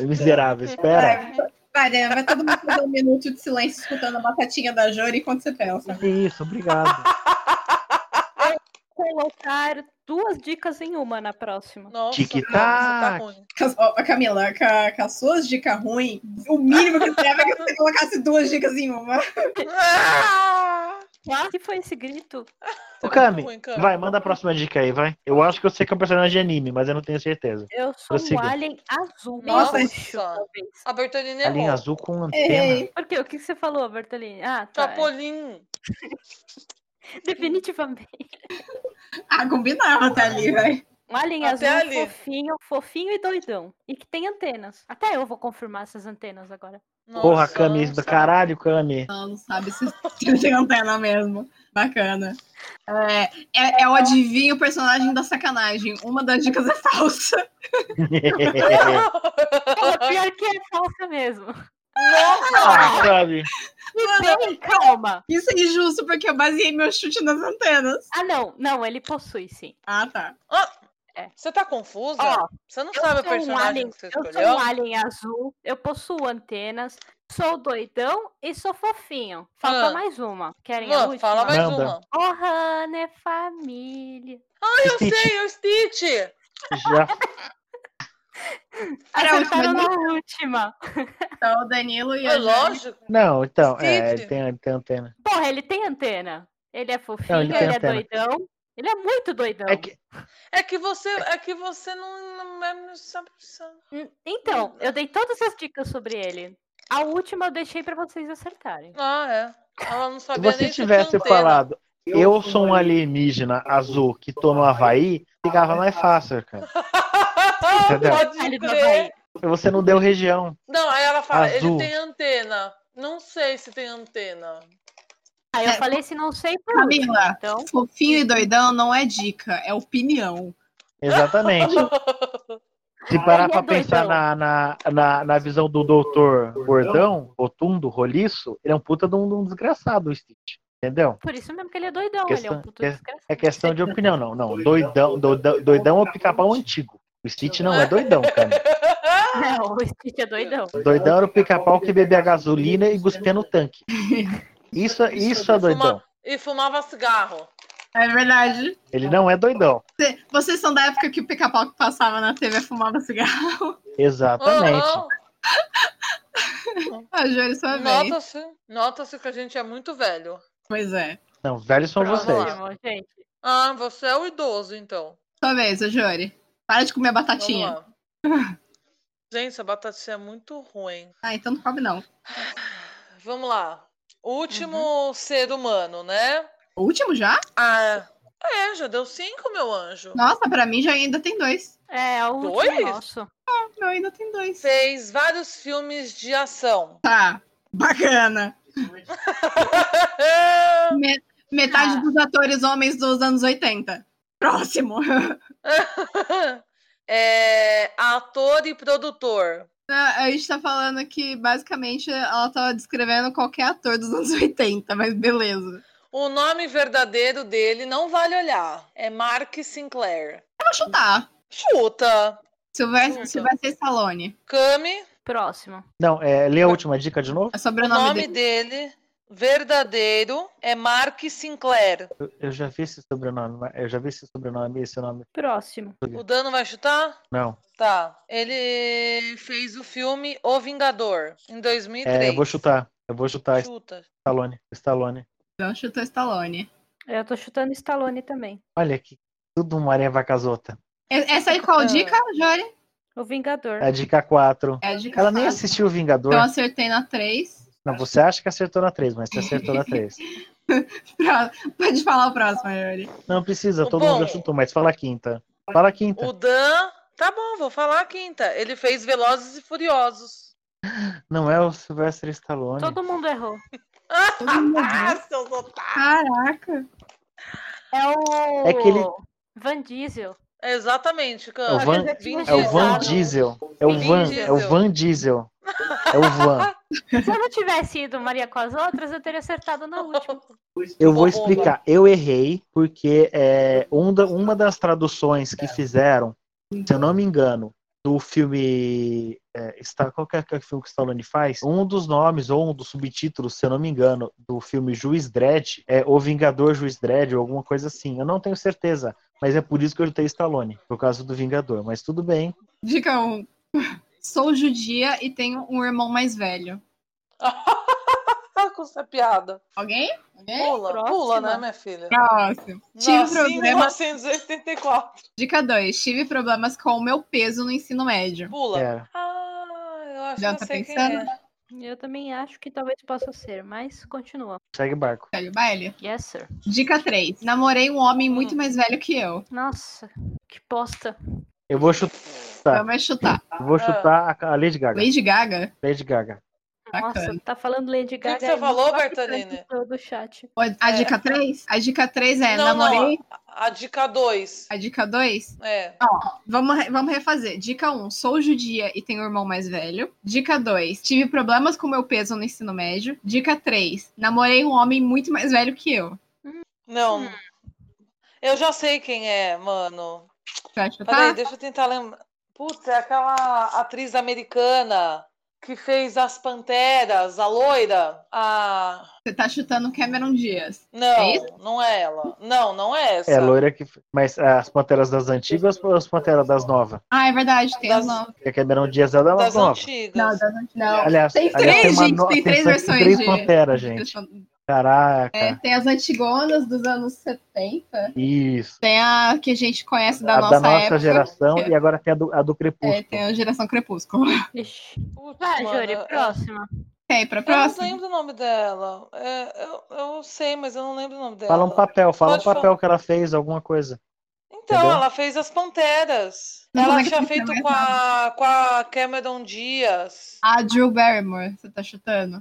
S1: Miserável,
S2: É,
S1: espera.
S3: Vai, Daniela, vai todo mundo fazer um minuto de silêncio escutando a batatinha da Júlia enquanto você
S2: é.
S3: pensa.
S1: Que isso, obrigado.
S4: Colocar duas dicas em uma na próxima.
S2: Nossa,
S1: Tic-tac.
S2: Cami, você tá ruim.
S3: Com as- ó, ó, Camila, com, a- com as suas dicas ruins, o mínimo que você leva é que você colocasse duas dicas em uma.
S2: Ah!
S4: O que foi esse grito?
S1: Ô,
S2: Tá
S1: Cami,
S2: muito ruim, Cami.
S1: vai, manda a próxima dica aí, vai. Eu acho que eu sei que é um personagem de anime, mas eu não tenho certeza.
S4: Eu sou
S1: Prossiga.
S4: um alien azul.
S2: Nossa.
S4: roxo, talvez.
S2: A Bertolini é
S1: A linha
S2: errou.
S1: azul com antena.
S3: Errei.
S4: Por quê? O que que você falou, Bertolini? Ah, tá.
S2: Chapolin.
S4: é. Definitivamente.
S3: Ah, combinava até ali, velho.
S4: Um alien
S2: Até
S4: azul
S2: ali.
S4: fofinho, fofinho e doidão. E que tem antenas. Até eu vou confirmar essas antenas agora.
S1: Porra,
S2: Nossa,
S1: Cami, é
S2: nossa.
S1: caralho, Cami.
S3: Não, não sabe se se tem antena mesmo. Bacana. É, é, é o adivinho o personagem da sacanagem. Uma das dicas é falsa.
S4: Ela pior que é falsa mesmo.
S1: ah, Cami.
S4: Bem, calma.
S3: Isso é injusto, porque eu baseei meu chute nas antenas.
S4: Ah, não. Não, ele possui, sim.
S3: Ah, tá.
S2: Você tá confusa?
S4: Ó,
S2: você não
S4: eu
S2: sabe o
S4: sou um
S2: personagem
S4: alien-
S2: que você
S4: Eu
S2: escolheu?
S4: sou um alien azul, eu possuo antenas, sou doidão e sou fofinho. Falta
S2: Ah.
S4: mais uma. Querem a
S2: Lua,
S4: última?
S2: fala mais
S1: Manda.
S2: uma.
S4: Oh, Hannah é família.
S2: Ah, eu
S1: Stitch.
S2: sei, o Stitch!
S1: Já
S3: Era a
S4: Acertaram
S3: última.
S4: na última.
S3: Então, o Danilo e
S2: É
S3: a Jane.
S2: lógico.
S1: Não, então, é,
S2: Stitch.
S1: ele tem, ele tem antena.
S4: Porra, ele tem antena. Ele é fofinho, ele,
S1: tem
S4: é
S1: antena.
S4: doidão. Ele é muito doidão.
S1: É que,
S2: É que você, é que você não, não é- não sabe. sabe.
S4: Hum, Então, eu dei todas as dicas sobre ele. A última eu deixei pra vocês acertarem.
S2: Ah, é. Ela não
S1: se
S2: sabia
S1: você
S2: nem se
S1: tivesse
S2: tinha antena.
S1: falado, eu sou um alienígena azul que tô no Havaí, ficava mais fácil, cara. Entendeu?
S2: Ah, Pode
S4: Ele do
S2: crer.
S4: Havaí.
S1: Você não deu região.
S2: Não, aí ela fala, ele
S1: Azul.
S2: tem antena. Não sei se tem antena.
S4: Aí eu
S3: É,
S4: falei se não sei por último,
S3: Camila,
S4: então.
S3: fofinho e doidão não é dica, é opinião.
S1: Exatamente. Se
S4: Ele
S1: parar
S4: é
S1: pra pensar
S4: doidão.
S1: na, na, na, na visão do doutor gordão, rotundo, roliço, ele é um puta de um, de um desgraçado, o Stitch. Entendeu?
S4: Por isso mesmo que ele é doidão, ele é um
S1: Questão-
S4: puto
S1: que-
S4: desgraçado.
S1: É questão de opinião, não. Não, doidão, doidão, doidão é o pica-pau antigo. O Stitch não é doidão, cara.
S4: Não, o Stitch é doidão.
S1: Doidão era o pica-pau que bebia gasolina e cuspia no tanque. Isso, isso é doidão.
S2: e fumava cigarro.
S3: É verdade.
S1: Ele não é doidão.
S3: Cê- Vocês são da época que o pica-pau que passava na TV fumava cigarro.
S1: Exatamente.
S2: Aham.
S3: A Júlia Ah, sua vez.
S2: Nota-se, nota-se que a gente é muito velho.
S3: Pois é.
S1: Não, velhos são
S2: Vamos
S1: vocês.
S2: lá.
S4: Próximo, gente.
S2: Ah, você é o idoso, então.
S3: Sua vez, a Jori. Para de comer a
S2: Vamos
S3: batatinha.
S2: lá. Gente, essa batatinha é muito ruim.
S3: Ah, então não come, não.
S2: Vamos lá. Último ser humano, né?
S3: O último já?
S2: Uhum. Ah, é, já deu cinco, meu anjo.
S3: Nossa, pra mim já ainda tem dois.
S4: É, o último
S2: Dois?
S4: nosso.
S3: Não, ainda tem dois.
S2: Fez vários filmes de ação.
S3: Tá. Bacana. Me- metade
S4: Ah.
S3: dos atores homens dos anos 80. Próximo.
S2: É, ator e produtor.
S3: A gente tá falando que basicamente ela tá descrevendo qualquer ator dos anos 80, mas beleza.
S2: O nome verdadeiro dele não vale olhar. É Mark Sinclair.
S3: Eu vou chutar.
S2: Chuta.
S3: Silvestre,
S2: Chuta.
S3: Silvestre Stallone.
S2: Cami,
S4: Próximo.
S1: Não, é, lê a última dica de novo.
S3: É
S2: o
S3: sobrenome
S2: nome
S3: dele.
S2: dele verdadeiro é Mark Sinclair.
S1: Eu, eu já vi esse sobrenome, mas- eu já vi esse sobrenome, esse nome.
S4: Próximo.
S2: O Dano vai chutar?
S1: Não.
S2: Tá. Ele fez o filme O Vingador em 2003.
S1: É, eu vou chutar. Eu vou chutar
S2: Chuta.
S1: Stallone. Stallone.
S3: Não chutou Então, Stallone.
S4: Eu tô chutando Stallone também.
S1: Olha aqui. Tudo uma areia vacazota.
S3: E- Essa aí qual
S2: Ah.
S3: dica, Jori?
S4: O Vingador.
S1: É a dica 4.
S3: É a dica.
S1: Ela nem
S3: fácil.
S1: assistiu o Vingador.
S3: Então acertei na 3.
S1: Não, você acha que acertou na 3, mas você acertou na 3.
S3: Pode falar o próximo, Jori.
S1: Não precisa, todo
S2: Bom.
S1: mundo já chutou, mas fala a quinta. Fala a quinta.
S2: O Dan. Tá bom, vou falar a quinta. Ele fez Velozes e Furiosos.
S1: Não é o Sylvester Stallone.
S4: Todo mundo errou.
S2: Ah, seus
S3: tá-
S2: otários.
S3: Caraca.
S4: É o.
S1: É que ele-
S4: Van Diesel.
S2: Exatamente,
S1: É o
S2: Cami.
S1: Van,
S2: Vin
S1: é o Van
S2: Diesel.
S1: Diesel. É o
S2: Vin
S1: Van, é
S2: Diesel.
S1: o Van Diesel. É o Van.
S4: Se eu não tivesse ido Maria com as outras, eu teria acertado na última.
S1: Eu vou
S2: Oba.
S1: explicar. Eu errei porque é, um da- uma das traduções que fizeram, se eu não me engano, do filme. É, está, qual que é, que é o filme que o Stallone faz? Um dos nomes ou um dos subtítulos, se eu não me engano, do filme Juiz Dredd é O Vingador Juiz Dredd ou alguma coisa assim. Eu não tenho certeza, mas é por isso que eu chutei Stallone, por causa do Vingador. Mas tudo bem.
S3: Dica 1. Sou judia e tenho um irmão mais velho.
S2: Ah, com essa piada.
S3: Alguém? Alguém?
S2: Pula,
S4: Próxima.
S2: pula, né, minha filha?
S3: Próximo. É, Tive
S2: Nasci em
S3: problema.
S2: 1984.
S3: Dica 2. Tive problemas com o meu peso no ensino médio.
S2: Pula.
S1: É.
S2: Ah, eu acho
S3: Já
S2: que eu
S3: tá
S2: sei
S3: pensando?
S2: quem é.
S4: Eu também acho que talvez possa ser, mas continua.
S1: Segue o barco.
S3: Velho baile.
S4: Yes, sir.
S3: Dica 3. Namorei um homem muito mais velho que eu.
S4: Nossa, que posta.
S1: Eu vou chutar, Tá.
S3: Então vai chutar.
S1: eu vou chutar a, a Lady Gaga.
S3: Lady Gaga?
S1: Lady Gaga.
S4: Nossa,
S3: Bacana.
S4: tá falando Lady Gaga.
S2: você
S4: aí,
S2: falou,
S4: muito
S2: Bertolini?
S4: participante Do chat.
S3: A
S2: É.
S3: dica 3? A dica 3 é
S2: Não, não,
S3: namorei.
S2: A dica 2.
S3: A dica 2?
S2: É.
S3: Vamos, re- vamos refazer. Dica 1. Sou judia e tenho um irmão mais velho. Dica 2. Tive problemas com meu peso no ensino médio. Dica 3. Namorei um homem muito mais velho que eu.
S2: Não. Eu já sei quem é, mano.
S3: Você acha,
S2: Peraí,
S3: tá?
S2: deixa eu tentar lembrar. Putz, é aquela atriz americana que fez As Panteras, a loira. A...
S3: Você tá chutando Cameron Dias. É
S2: Não, não é ela. Não, não é essa.
S1: É loira que. Mas as panteras das antigas ou as panteras das novas?
S3: Ah, é verdade, tem
S2: Das-
S3: as novas.
S1: Porque a Cameron Dias é das,
S2: Das
S1: novas.
S2: antigas.
S3: Não, das antigas. Não.
S1: Aliás,
S3: Tem
S1: aliás,
S3: três,
S1: uma
S3: gente,
S1: no-
S3: tem três
S1: só-
S3: versões
S1: Três
S3: de-
S1: panteras, gente. Caraca.
S3: É, tem as antigonas dos anos 70.
S1: Isso.
S3: Tem a que a gente conhece da
S1: a da
S3: nossa
S1: nossa
S3: época.
S1: geração
S3: que-
S1: e agora tem a do, a do
S3: É,
S1: Crepúsculo.
S3: tem a geração Crepúsculo.
S4: Ixi.
S2: Putz,
S4: Vai,
S2: mano,
S4: Júri,
S2: Ah, eu-
S4: próxima.
S3: Ok, pra
S2: Eu não
S3: próxima.
S2: lembro o nome dela. É, eu, eu sei, mas eu não lembro o nome dela.
S1: Fala um papel, fala
S2: Pode
S1: um papel que ela fez, alguma coisa.
S2: Então,
S1: Entendeu?
S2: ela fez As Panteras.
S3: Não
S2: ela
S3: lembro
S2: tinha
S3: que
S2: feito
S3: filme é
S2: com a, com a Cameron Diaz.
S3: A Drew Barrymore, você tá chutando?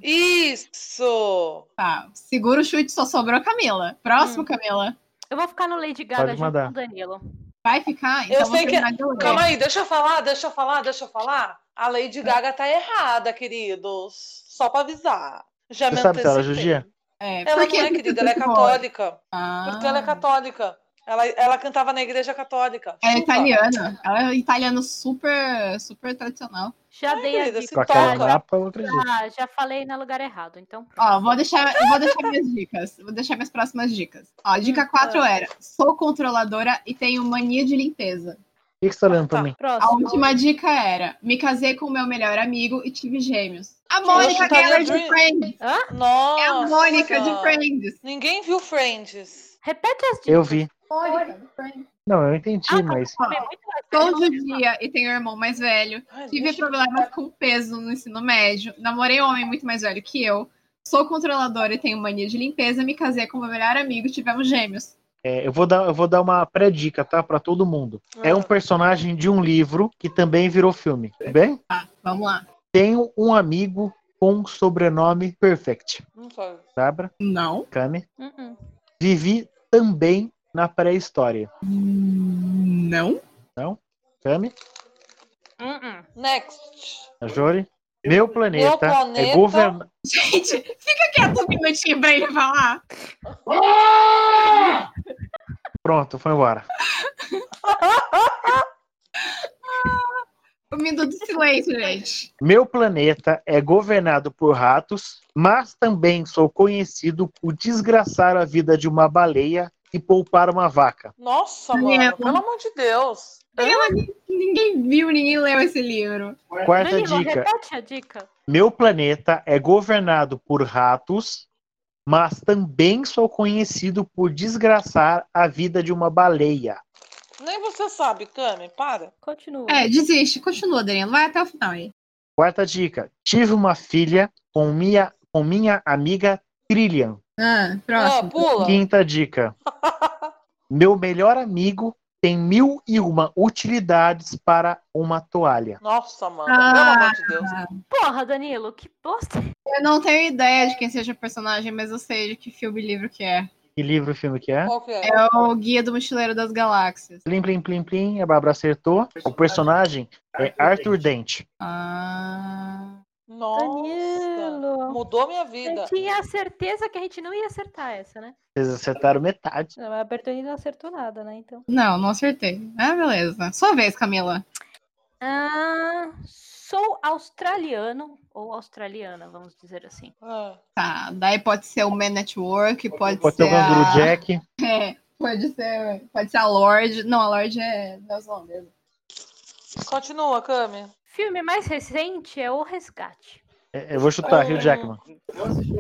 S2: Isso!
S3: Tá. Segura o chute, só sobrou a Camila.
S2: Hum.
S3: Próximo, Camila.
S4: Eu vou ficar no Lady Gaga
S1: Pode
S4: junto
S1: mandar.
S4: com o Danilo.
S3: Vai ficar?
S2: Eu
S3: Então vou
S2: sei que-
S3: terminar de ler.
S2: Calma aí, deixa eu falar, deixa eu falar, deixa eu falar. A
S3: É.
S2: Lady Gaga tá errada, queridos. Só pra avisar. Já
S1: Você
S2: me
S1: sabe se ela é
S2: antecipei.
S1: judia?
S3: É,
S2: Ela
S3: por que
S2: não é,
S3: você
S2: querida, ela é
S3: chutando?
S2: católica.
S3: Ah,
S2: Porque ela é católica. Ela, ela cantava na igreja católica.
S3: Ela é
S2: Chupa.
S3: italiana. Ela é italiana super, super tradicional.
S4: Já
S2: Ai,
S4: dei a
S2: querida, tá
S4: dica.
S2: se
S1: Com aquela
S2: toca.
S1: mapa, eu
S3: tá.
S1: acredito.
S4: Já, já falei no lugar errado, então.
S3: Ó, vou deixar, eu vou deixar minhas dicas. Vou deixar minhas próximas dicas. Ó, dica
S2: Hum,
S3: 4 era: sou controladora e tenho mania de limpeza.
S1: O que que você tá olhando pra
S2: Tá.
S1: mim?
S3: A
S4: Próximo.
S3: última dica era: me casei com meu melhor amigo e tive gêmeos. A
S2: Eu
S3: Mônica
S2: chutaria
S3: Geller de
S2: Dream.
S3: Friends.
S2: tá Nossa!
S3: É a Mônica de Friends.
S2: Ninguém viu Friends.
S4: Repete as dicas.
S1: Eu vi.
S3: Mônica de Friends.
S1: Não, eu entendi,
S4: Ah, tá.
S1: mas.
S4: Foi muito mais
S3: Todo
S4: legal.
S3: dia e tenho um irmão mais velho.
S2: Ai,
S3: Tive
S2: deixa-
S3: problemas com peso no ensino médio. Namorei um homem muito mais velho que eu. Sou controladora e tenho mania de limpeza. Me casei com meu melhor amigo e tivemos gêmeos.
S1: É, eu, vou dar, eu vou dar uma pré-dica, tá? Pra todo mundo. É
S3: Ah.
S1: um personagem de um livro que também virou filme. Tudo bem?
S3: Tá, vamos lá.
S1: Tenho um amigo com sobrenome Perfect.
S2: Não foi.
S1: Sabra,
S3: Não.
S1: Kami.
S4: Hum, hum.
S1: Vivi também na pré-história.
S3: Não.
S1: Kami,
S4: Hum, hum.
S2: Next.
S1: a Jori. Meu planeta, é
S2: planeta-
S1: governado.
S3: Gente, fica quieto um minutinho pra ele falar.
S1: Pronto, foi embora.
S3: Um minuto de silêncio, gente.
S1: Meu planeta é governado por ratos, mas também sou conhecido por desgraçar a vida de uma baleia e poupar uma vaca.
S2: Nossa,
S3: Lembro.
S2: mano. Pelo amor de Deus.
S3: Ela- ninguém viu, ninguém leu esse livro.
S1: Quarta
S4: Danilo,
S1: dica:
S4: repete a dica.
S1: Meu planeta é governado por ratos, mas também sou conhecido por desgraçar a vida de uma baleia.
S2: Nem você sabe, Cami. Para.
S4: Continua.
S3: É, desiste. Continua, Danilo. Vai até o final aí.
S1: Quarta dica: Tive uma filha com minha, com minha amiga Trillian.
S3: Ah,
S2: Ah,
S3: próximo.
S2: pula.
S1: Quinta dica. Meu melhor amigo tem mil e uma utilidades para uma toalha.
S2: Nossa, mano.
S3: Ah.
S2: Pelo amor de Deus.
S4: Porra, Danilo, que bosta.
S3: Eu não tenho ideia de quem seja o personagem, mas eu sei de que filme e livro que é.
S1: Que livro, filme que é?
S2: Qual que é?
S3: É o Guia do Mochileiro das Galáxias.
S1: Plim, plim, plim, plim. A Bárbara acertou. O personagem é Arthur Dente.
S3: Ah.
S2: Nossa.
S4: Danilo.
S2: Mudou minha
S4: Eu
S2: vida.
S4: tinha certeza que a gente não ia acertar essa, né?
S1: Vocês acertaram metade.
S4: Não, A Bertoni não acertou nada, né? Então.
S3: Não, não acertei. Ah, beleza. Sua vez, Camila.
S4: Ah, sou australiano ou australiana, vamos dizer assim.
S2: Ah.
S3: Tá, daí pode ser o Man Network, pode,
S1: Pode ser o Canguru
S3: a...
S1: Jack.
S3: É, pode ser, pode ser a Lorde. Não, a Lorde é neozelandesa.
S2: Continua, Cami.
S4: Filme mais recente é O Resgate.
S1: É, Eu vou chutar Rio Jackman.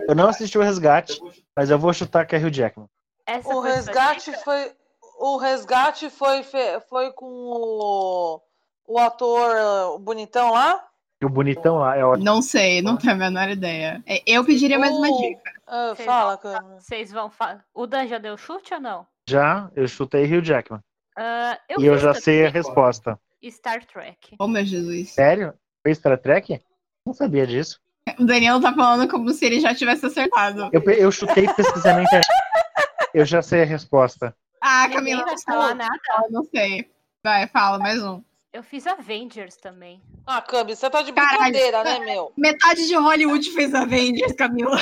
S1: Eu não assisti o Resgate, mas eu vou chutar que é Rio Jackman.
S4: Essa
S2: O
S4: foi sua
S2: resgate
S4: dica?
S2: foi. O resgate foi, fe- foi com o, o ator eh, o bonitão lá?
S1: E o bonitão lá é ótimo.
S3: Não sei, não tenho a menor ideia. É, Eu pediria mais uma
S2: O-
S3: dica.
S2: Ah,
S4: Sei
S2: fala, Cami.
S4: Vocês vão falar. O Dan já deu chute ou não?
S1: Já eu chutei Rio Jackman.
S4: Ah,
S1: e eu
S4: fiz
S1: já
S4: também
S1: sei a resposta.
S4: Star Trek.
S3: Oh, meu Jesus.
S1: Sério? Foi Star Trek? Não sabia disso.
S3: O Danilo tá falando como se ele já tivesse acertado.
S1: Eu, pe- eu chutei pesquisando na internet. Eu já sei a resposta.
S3: Ah,
S4: Ninguém
S3: Camila,
S4: vai
S3: fala,
S4: falar nada.
S3: não sei. Vai, fala, mais um.
S4: tá Eu fiz Avengers também.
S2: Ah, Cami, você tá de
S3: Caralho.
S2: brincadeira, né, meu?
S3: Metade de Hollywood fez Avengers, Camila.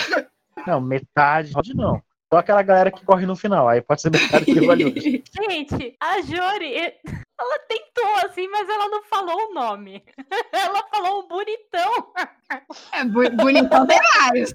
S1: Não, metade. Pode não. Só aquela galera que corre no final. Aí pode ser metade que valeu.
S4: Gente, a Jori. Ela tentou, assim, mas ela não falou o nome. Ela falou um bonitão.
S3: É bu- bonitão tem vários.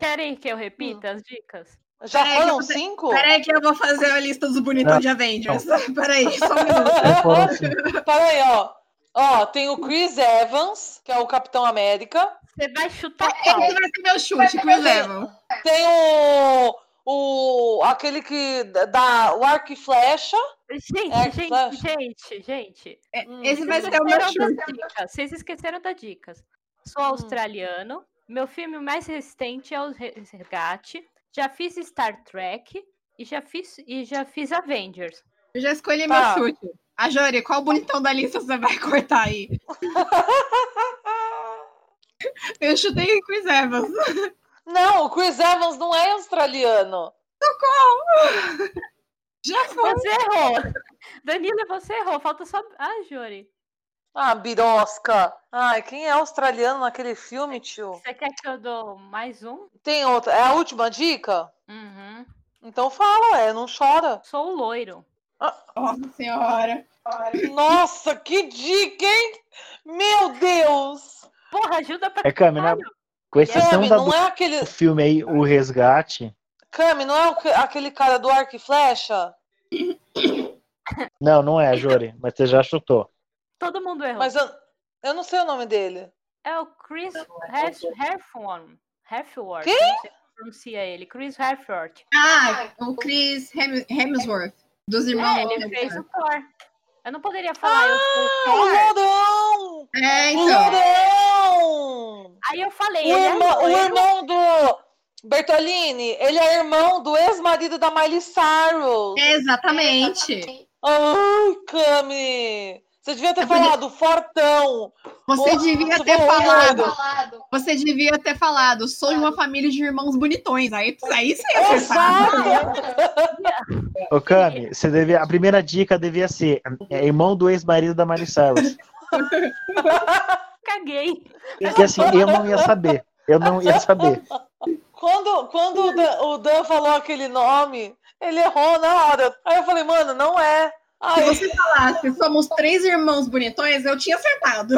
S4: Querem que eu
S2: Hum.
S4: repita as dicas?
S2: Já
S3: Peraí,
S2: foram
S3: que você-
S2: cinco?
S3: Peraí que eu vou fazer a lista dos bonitões de Avengers. Peraí, só um minuto.
S1: Então foram assim.
S2: Peraí, ó. Ó, tem o Chris Evans, que é o Capitão América.
S4: Você vai chutar
S2: É,
S4: qual?
S3: Esse vai ser meu chute, Chris Evans.
S2: Tem o. O, aquele que dá o arco e flecha.
S4: Gente,
S2: É,
S4: gente,
S2: flash.
S4: gente, gente.
S3: É, Esse
S2: Uhum.
S3: vai
S4: Vocês
S3: ser o meu
S4: esqueceram
S3: chute.
S4: das dicas, Vocês esqueceram das dicas. Sou australiano. Meu filme mais resistente é o Re- Resgate. Já fiz Star Trek e já fiz, e já fiz Avengers.
S3: Eu já escolhi
S2: Tá.
S3: meu chute. A Jori, qual bonitão da lista você vai cortar aí? Eu chutei Chris Evans.
S2: Não, o Chris Evans não é australiano.
S3: Já foi.
S4: Você errou! Danila, você errou. Falta só. Ah, Jori.
S2: Ah, birosca. Ai, quem é australiano naquele filme, tio?
S4: Você quer que eu dou mais um?
S2: Tem outra. É a última dica?
S4: Uhum.
S2: Então fala, é, não chora.
S4: Sou loiro.
S3: Nossa senhora.
S2: Nossa, que dica, hein? Meu Deus!
S4: Porra, ajuda pra
S1: É, Cami, né?
S4: caralho.
S1: Com exceção
S2: Cami,
S1: da
S2: não
S1: do
S2: é aquele.
S1: filme aí, O Resgate.
S2: Cami, não é o que- aquele cara do arco e flecha?
S1: Não, não é, Jori, mas você já chutou.
S4: Todo mundo errou.
S2: Mas eu, eu não sei o nome dele.
S4: É o Chris Herford. Herford.
S2: Quem?
S4: Não sei como pronuncia ele. Chris Herford.
S3: Ah, o Chris Hem- Hemsworth, dos irmãos.
S4: É, ele fez o Thor. Eu não poderia falar. eu-
S2: Ah, o
S4: eu, Thor.
S2: Lourão!
S3: É,
S2: O
S3: então.
S2: Lourão!
S4: Aí eu
S2: O
S4: falei, ele é
S2: irmão, o
S4: loiro.
S2: irmão do Bertolini, ele é irmão do ex-marido da Miley Cyrus.
S4: É.
S3: Exatamente.
S2: Ai, Cami! Você devia
S4: É
S2: ter
S3: Eu podia-
S2: falado fortão.
S3: Você
S2: Porra,
S3: devia
S2: você
S3: ter
S2: falou
S3: falado.
S2: loiro.
S3: Você devia ter falado. Sou de uma família de irmãos bonitões. Aí, aí você
S4: É
S3: ia acertar.
S2: Exato!
S1: Ô, Cami, você devia, a primeira dica devia ser é, irmão do ex-marido da Miley Cyrus.
S4: Caguei.
S1: Porque assim, eu não ia saber. Eu não ia saber.
S2: Quando, quando o, Dan, o Dan falou aquele nome, ele errou na hora. Aí eu falei, mano, não é.
S3: Se
S2: Aí,
S3: você falasse, somos três irmãos bonitões, eu tinha acertado.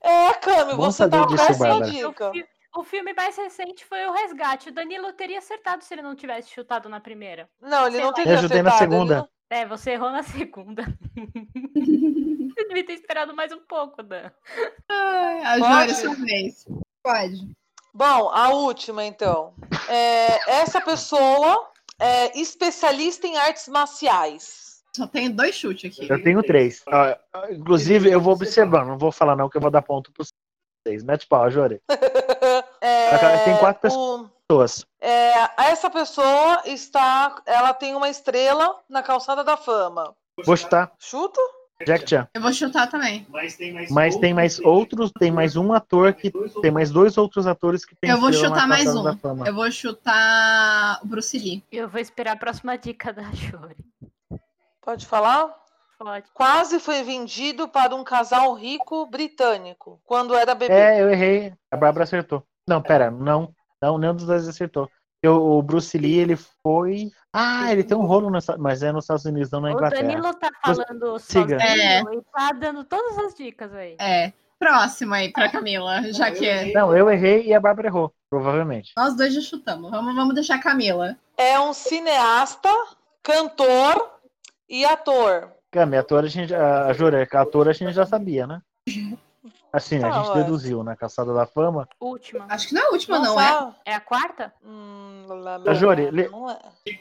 S2: é, Cami,
S1: Bom
S2: você tá
S1: saber disso,
S2: péssima
S1: Bárbara.
S4: O,
S2: dica.
S4: fi- o filme mais recente foi O Resgate. O Danilo teria acertado se ele não tivesse chutado na primeira.
S2: Não, ele
S4: Sei
S2: não
S4: lá.
S2: teria
S1: Eu ajudei na
S2: acertado, ele
S1: segunda.
S2: não-
S4: É, você errou na segunda. Você devia ter esperado mais um pouco, Dan.
S3: A
S2: Pode?
S3: Jori, sua vez. Pode.
S2: Bom, a última, então. É, essa pessoa é especialista em artes marciais.
S3: Só tenho dois chutes aqui.
S1: Eu tenho três. Ah, ah, inclusive, eu vou observando, não vou falar não, que eu vou dar ponto para vocês. Mete pau, Jori.
S2: É,
S1: Tem quatro
S2: o-
S1: Pessoas.
S2: é, essa pessoa está. Ela tem uma estrela na calçada da fama.
S1: Vou chutar.
S2: Chuta?
S1: Jack Chan.
S3: Eu vou chutar também.
S1: Mas tem mais outros, tem mais um ator que. Tem mais dois outros atores que tem
S3: Eu vou
S1: estrela na
S3: chutar mais
S1: Calçada
S3: um.
S1: da Fama.
S3: Eu vou chutar o Bruce Lee.
S4: Eu vou esperar a próxima dica da Jori.
S2: Pode falar?
S4: Pode.
S2: Quase foi vendido para um casal rico britânico quando era bebê.
S1: É, eu errei. A Bárbara acertou. Não, pera, não. Não, nenhum dos dois acertou. Eu- o Bruce Lee, ele foi. Ah, ele tem um rolo, nos Estados- mas é nos Estados Unidos, não na
S4: O
S1: Inglaterra.
S4: Danilo tá falando
S1: Siga.
S4: sozinho
S3: É.
S4: e tá dando todas as dicas aí.
S3: É. Próximo aí pra Camila, já que é.
S1: Não, eu errei e a Bárbara errou, provavelmente.
S3: Nós dois já chutamos. Vamos, vamos deixar a Camila.
S2: É um cineasta, cantor e ator.
S1: Cami, ator a gente. A Jureca, ator a gente já sabia, né? Assim,
S2: Tá,
S1: a gente
S2: ué.
S1: deduziu na Caçada da Fama.
S4: Última.
S3: Acho que não é a última, não, é?
S2: sabe?
S4: É a quarta?
S2: Hum, lá, lá,
S1: Ô, Júri,
S2: lá,
S1: Tá, lê-
S2: não é.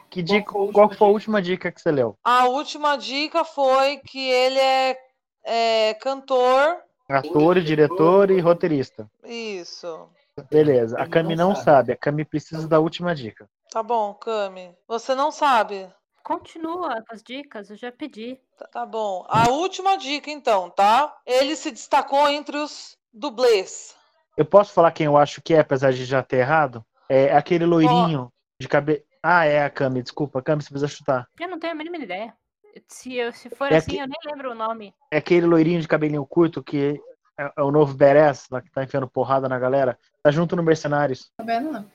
S1: Que dica, qual foi a última dica que você leu?
S2: A última dica foi que ele é, é cantor.
S1: Ator, diretor e roteirista.
S2: Isso.
S1: Beleza. A Cami não sabe, a Cami precisa da última dica.
S2: Tá bom, Cami. Você não sabe.
S4: Continua com as dicas, eu já pedi.
S2: Tá- Tá bom. A última dica, então, tá? Ele se destacou entre os dublês.
S1: Eu posso falar quem eu acho que é, apesar de já ter errado? É aquele loirinho de cabelo. Ah, é a Cami, desculpa, Cami, você precisa chutar.
S4: Eu não tenho a mínima ideia. Se, eu- se for
S1: É
S4: assim,
S1: que-
S4: eu nem lembro o nome.
S1: É aquele loirinho de cabelinho curto que é, é o novo Beres, lá que tá enfiando porrada na galera. Tá junto no Mercenários.
S3: Tá vendo, não.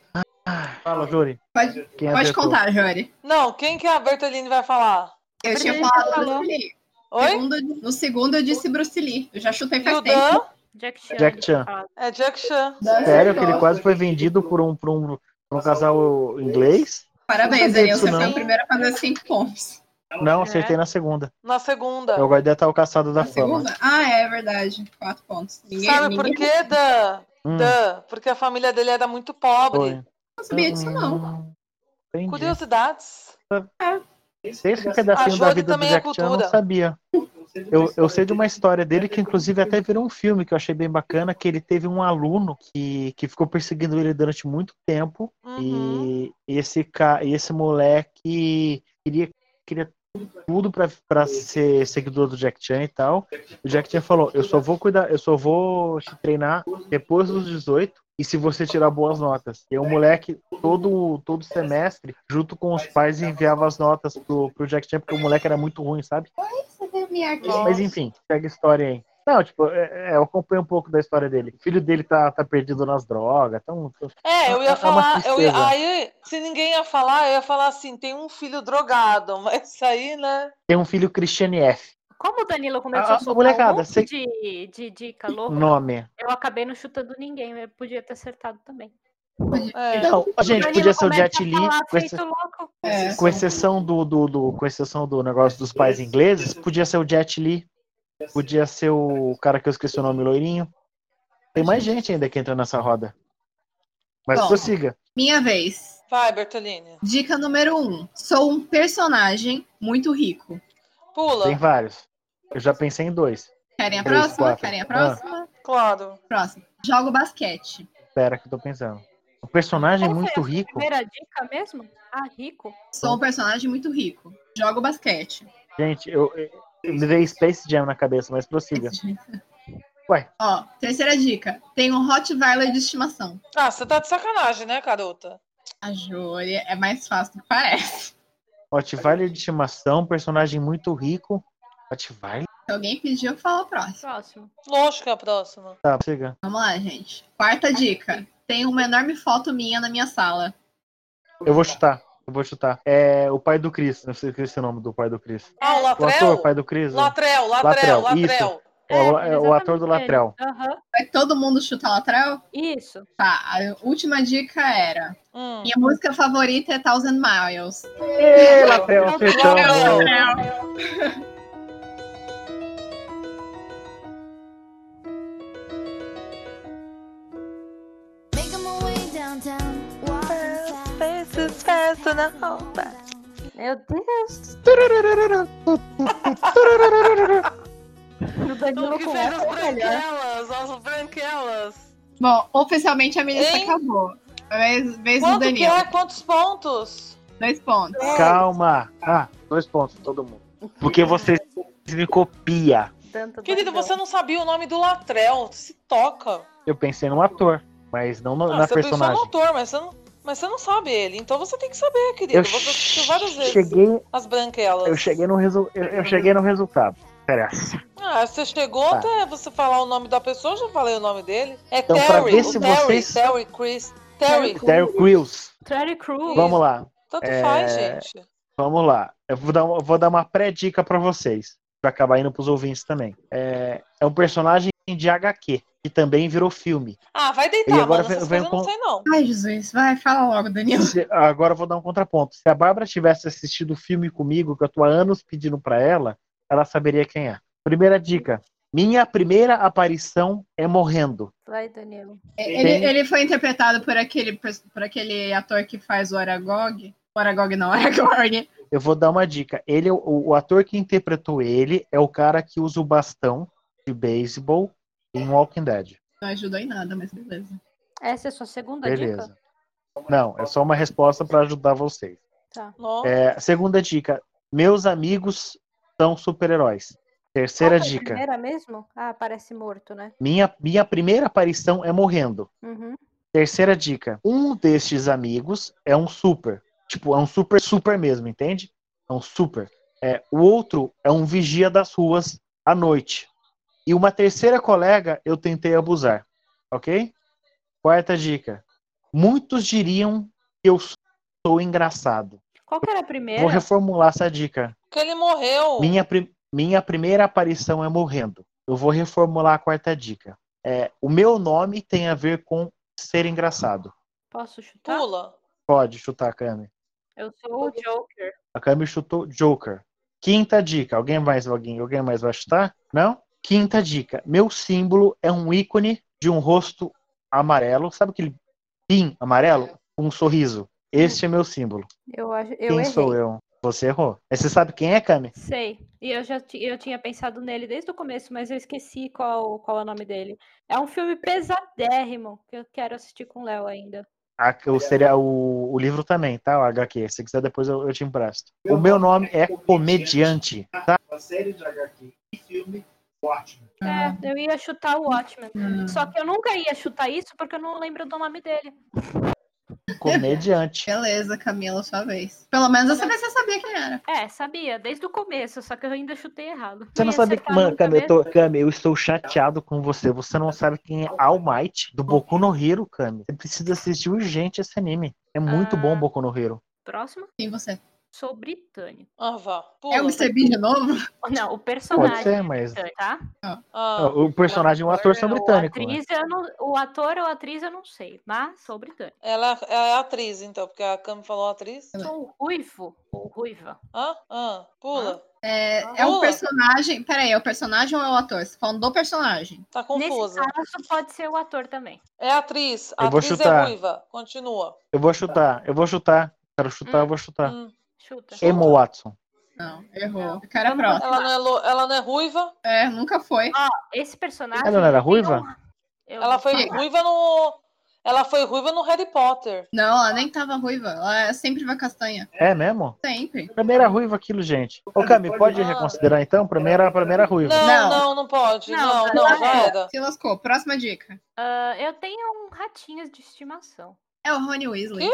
S1: Fala, Jori.
S3: Pode,
S1: Quem é
S3: pode
S1: acertou?
S3: contar, Jori.
S2: Não, quem que a Bertolini vai falar?
S3: Eu tinha
S4: Bruna já
S3: falado do
S4: falou.
S3: Bruce Lee.
S2: Oi?
S3: Segundo eu di- no segundo eu disse Bruce Lee. Eu já chutei
S2: E
S3: faz
S2: o
S3: tempo.
S2: Dan
S4: Jack Chan.
S1: Jack Chan.
S4: Ah,
S2: é Jack Chan.
S3: Dan
S1: Sério, que
S3: acertou.
S1: ele quase foi vendido por um, por um, por um casal inglês?
S3: Parabéns,
S1: sabia
S3: Daniel.
S1: disso,
S3: Você foi
S1: não.
S3: o primeiro a fazer cinco pontos.
S1: Não, acertei na segunda.
S2: Na segunda.
S1: Eu guardei até o Caçado da
S3: Na
S1: Fama.
S3: segunda? Ah, é verdade. Quatro pontos. Ninguém, tá
S2: Sabe por
S3: ninguém
S2: quê, Dan?
S1: Hum,
S2: Dan? Porque a família dele era muito pobre.
S1: foi.
S3: não sabia disso, não.
S1: Hum, Entendi.
S2: Curiosidades.
S1: Esse pedacinho
S2: Ajuda
S1: da vida do
S2: é também a
S1: Jack Chan eu não
S2: cultura.
S1: sabia. Eu, eu sei de uma história dele que, inclusive, até virou um filme que eu achei bem bacana, que ele teve um aluno que, que ficou perseguindo ele durante muito tempo.
S2: Uhum.
S1: E esse, ca- e esse moleque queria, queria tudo pra, pra ser seguidor do Jack Chan e tal. O Jack Chan falou: Eu só vou cuidar, eu só vou te treinar depois dos 18. E se você tirar boas notas. E o moleque, todo, todo semestre, junto com os pais, enviava as notas pro, pro Jack Chan, porque o moleque era muito ruim, sabe?
S3: Você teve aqui.
S1: Mas enfim, segue a história aí. Não, tipo, é- é, eu acompanho um pouco da história dele. O filho dele tá, tá perdido nas drogas. Tão, tão-
S2: É, eu
S1: É
S2: ia
S1: uma
S2: falar. Eu ia-
S1: tristeza.
S2: aí, se ninguém ia falar, eu ia falar assim: tem um filho drogado, mas isso aí, né?
S1: Tem um filho Christian F.
S4: Como o Danilo começou
S1: Ah,
S4: a soltar
S1: molecada,
S4: um monte
S1: cê-
S4: de, de dica louca,
S1: Nome.
S4: eu acabei não chutando ninguém, eu podia ter acertado também.
S2: É.
S1: Não, a gente
S4: Danilo
S1: podia ser o
S4: começa
S1: Jet
S4: a
S1: Li,
S4: falar
S1: com,
S4: feito um.
S1: exce-
S4: louco.
S3: É.
S1: com exceção do, do, do- com exceção do negócio dos pais ingleses, podia ser o Jet Li, podia ser o cara que eu esqueci o nome, loirinho. Tem mais gente ainda que entra nessa roda. Mas
S3: Bom.
S1: prossiga.
S3: Minha vez.
S2: Vai, Bertolini.
S3: Dica número um. Sou um personagem muito rico.
S2: Pula.
S1: Tem vários. Eu já pensei em dois.
S3: Querem a
S1: Três,
S3: próxima?
S1: quatro.
S3: Querem a
S1: Ah.
S3: próxima?
S2: Claro.
S3: Próxima. Jogo basquete.
S1: Espera que eu tô pensando. Um personagem
S4: Qual foi
S1: muito
S4: a
S1: rico.
S4: Primeira dica mesmo? Ah, rico.
S3: Sou um personagem muito rico. Jogo basquete.
S1: Gente, eu, eu me veio Space Jam na cabeça, mas prossiga.
S3: Ó, terceira dica. Tenho um Rottweiler de estimação.
S2: Ah, você tá de sacanagem, né, garota?
S3: A Júlia é mais fácil do que parece.
S1: Rottweiler de estimação, personagem muito rico. Rottweiler?
S3: Se alguém pediu, eu falo a próxima.
S4: Próximo.
S2: Lógico que é a próxima.
S1: Tá, prossiga.
S3: Vamos lá, gente. Quarta dica. Tenho uma enorme foto minha na minha sala.
S1: Eu vou chutar. Eu vou chutar. É o pai do Chris. Não sei se esse é o nome do pai do Chris.
S2: Ah, o
S1: O ator,
S2: Latrel?
S1: o pai do Chris? né?
S2: Latrel, Latrel,
S1: Latrel, isso.
S2: Latrel.
S1: É, o, é o ator do
S4: exatamente ele.
S1: Latrel.
S4: Aham,
S3: Vai todo mundo chutar lateral?
S4: Isso.
S3: Tá, a última dica era.
S2: Hum.
S3: Minha música favorita é Thousand Miles.
S1: Ê, Latrel,
S4: Latrel.
S1: acertamos.
S2: Faces, faces na roupa.
S4: Meu Deus. o
S2: O
S4: Danilo
S2: que fez as
S4: começa melhor.
S2: branquelas, as branquelas.
S3: Bom, oficialmente a minha lista
S2: Hein?
S3: acabou. Vez, vez do
S2: Quanto que
S3: Danilo.
S2: é? Quantos pontos?
S3: Dois
S1: É.
S3: pontos.
S1: Calma. Ah, dois pontos, todo mundo. Porque vocês me copia.
S4: Tanto
S2: Querido,
S4: Danilo.
S2: você não sabia o nome do Latrel. Se toca.
S1: Eu pensei num ator, mas não no-
S2: Ah,
S1: na
S2: você pensou no
S1: personagem.
S2: autor, mas você, não, mas você não sabe ele. Então você tem que saber, querido.
S1: Eu
S2: Você assistiu várias vezes
S1: cheguei,
S2: as branquelas.
S1: eu cheguei no resu, eu, eu cheguei no resultado. Pera.
S2: Ah, você chegou
S1: Tá.
S2: até você falar o nome da pessoa, eu já falei o nome dele. É
S1: Então, pra
S2: Terry,
S1: ver
S2: o
S1: se
S2: Terry,
S1: vocês-
S2: Terry, Chris. Terry,
S1: Terry Crews.
S4: Terry Crews.
S1: Vamos lá.
S2: tanto
S1: É,
S2: faz, gente.
S1: Vamos lá. Eu vou dar, um- eu vou dar uma pré-dica pra vocês, pra acabar indo pros ouvintes também. É, é um personagem de HQ, que também virou filme.
S2: Ah, vai
S1: E
S2: deitar,
S1: agora
S2: mano.
S1: vem-
S2: Essas
S1: vem
S2: coisas eu não
S1: com-
S2: sei, não.
S3: Ai, Jesus. Vai, fala logo, Danilo.
S1: Se- agora eu vou dar um contraponto. Se a Bárbara tivesse assistido o filme comigo, que eu tô há anos pedindo pra ela, ela saberia quem é. Primeira dica. Minha primeira aparição é morrendo.
S4: Vai, Danilo.
S3: É, Ele, ele foi interpretado por aquele, pers- por aquele ator que faz o Aragog. O Aragog não, Aragorn.
S1: Eu vou dar uma dica. Ele, é o, o ator que interpretou ele é o cara que usa o bastão de beisebol em Walking Dead.
S3: Não ajudou em nada, mas beleza.
S4: Essa é a sua segunda dica?
S1: Beleza. Não, é só uma resposta pra ajudar vocês.
S2: Nossa.
S1: É, segunda dica. Meus amigos são super-heróis. Terceira
S4: Qual foi a
S1: dica.
S4: Primeira mesmo? Ah, parece morto, né?
S1: Minha, minha primeira aparição é morrendo.
S4: Uhum.
S1: Terceira dica. Um destes amigos é um super. Tipo, é um super super mesmo, entende? É um super. É, o outro é um vigia das ruas à noite. E uma terceira colega eu tentei abusar. Ok? Quarta dica. Muitos diriam que eu sou engraçado.
S4: Qual que era a
S1: Vou
S4: primeira?
S1: reformular essa dica.
S2: Porque ele morreu.
S1: Minha, pri- Minha primeira aparição é morrendo. Eu vou reformular a quarta dica. É, o meu nome tem a ver com ser engraçado.
S4: Posso chutar?
S2: Pula.
S1: Pode chutar, Cami.
S4: Eu sou o Joker.
S1: A Cami chutou Joker. Quinta dica. Alguém mais alguém? Alguém mais vai chutar? Não? Quinta dica. Meu símbolo é um ícone de um rosto amarelo. Sabe aquele pin amarelo? Um sorriso. Este é meu símbolo.
S4: Eu acho. Eu
S1: quem
S4: errei.
S1: sou eu? Você errou. Mas você sabe quem é, Cami?
S4: Sei. E eu já ti- eu tinha pensado nele desde o começo, mas eu esqueci qual, qual é o nome dele. É um filme pesadérrimo que eu quero assistir com o Léo ainda.
S1: A- o, seria, o, o livro também, tá? O HQ. Se quiser, depois eu, eu te empresto. O meu nome é Comediante.
S9: A série de HQ e filme ótimo.
S4: É, eu ia chutar o Watchmen. Só que eu nunca ia chutar isso porque eu não lembro do nome dele.
S1: Comediante.
S3: Beleza, Camila, sua vez. Pelo menos essa vez você sabia quem era.
S4: É, sabia, desde o começo, só que eu ainda chutei errado.
S1: Você não
S4: Ia
S1: sabe que.
S4: acertar
S1: Mano,
S4: nunca
S1: Cami, eu,
S4: mesmo.
S1: tô, Cami, eu estou chateado com você. Você não sabe quem é All Might do Boku no Hero, Cami. Você precisa assistir urgente esse anime. É muito
S4: Ah.
S1: bom Boku no Hero.
S4: Próximo,
S3: Sim, você.
S4: sou britânico.
S2: Ah, vá. Pula.
S3: É o Mr. Bean de novo?
S4: Não, o
S1: Pode
S4: personagem é
S1: ser, mas.
S4: britânico, tá?
S2: Ah,
S1: O personagem e o ator são
S2: Não, a
S1: britânicos. né?
S4: Atriz, eu não- o ator ou atriz eu não sei, mas sou britânico.
S2: Ela, ela é atriz, então, porque a Cami falou atriz.
S4: Sou ruivo ou ruiva.
S2: Hã? Hã? Pula.
S3: É,
S2: Ah,
S3: é o
S2: boa.
S3: personagem. Peraí, é o personagem ou é o ator? Você tá falando do personagem.
S2: Tá
S4: Nesse
S2: confusa.
S4: caso, pode ser o ator também.
S2: É atriz. A
S1: Eu vou
S2: atriz é
S1: chutar.
S2: ruiva. Continua.
S1: Eu vou chutar, eu vou chutar. Quero chutar, eu vou chutar.
S2: Hum.
S4: Chuta.
S1: Emma Watson.
S3: Não, errou. O cara é próximo.
S2: Ela, não é, lo- ela não é ruiva.
S3: É, nunca foi.
S4: Esse personagem.
S1: Ela não era
S4: tem
S1: ruiva?
S4: um- Eu
S2: Ela
S4: não
S2: foi
S4: sei.
S2: ruiva no. Ela foi ruiva no Harry Potter.
S3: Não, ela nem tava ruiva. Ela sempre vai castanha.
S1: É mesmo?
S3: Sempre.
S1: Pra mim era ruiva aquilo, gente. Ô, Cami, pode
S2: Ah.
S1: reconsiderar então? Pra mim era, pra mim era ruiva.
S2: Não,
S3: Não.
S2: não, não, pode. Não,
S4: Não,
S2: não,
S4: ela
S2: já
S4: é.
S2: era.
S3: Se lascou. Próxima dica.
S4: Ah, eu tenho um ratinhos de estimação.
S3: É o Rony Weasley.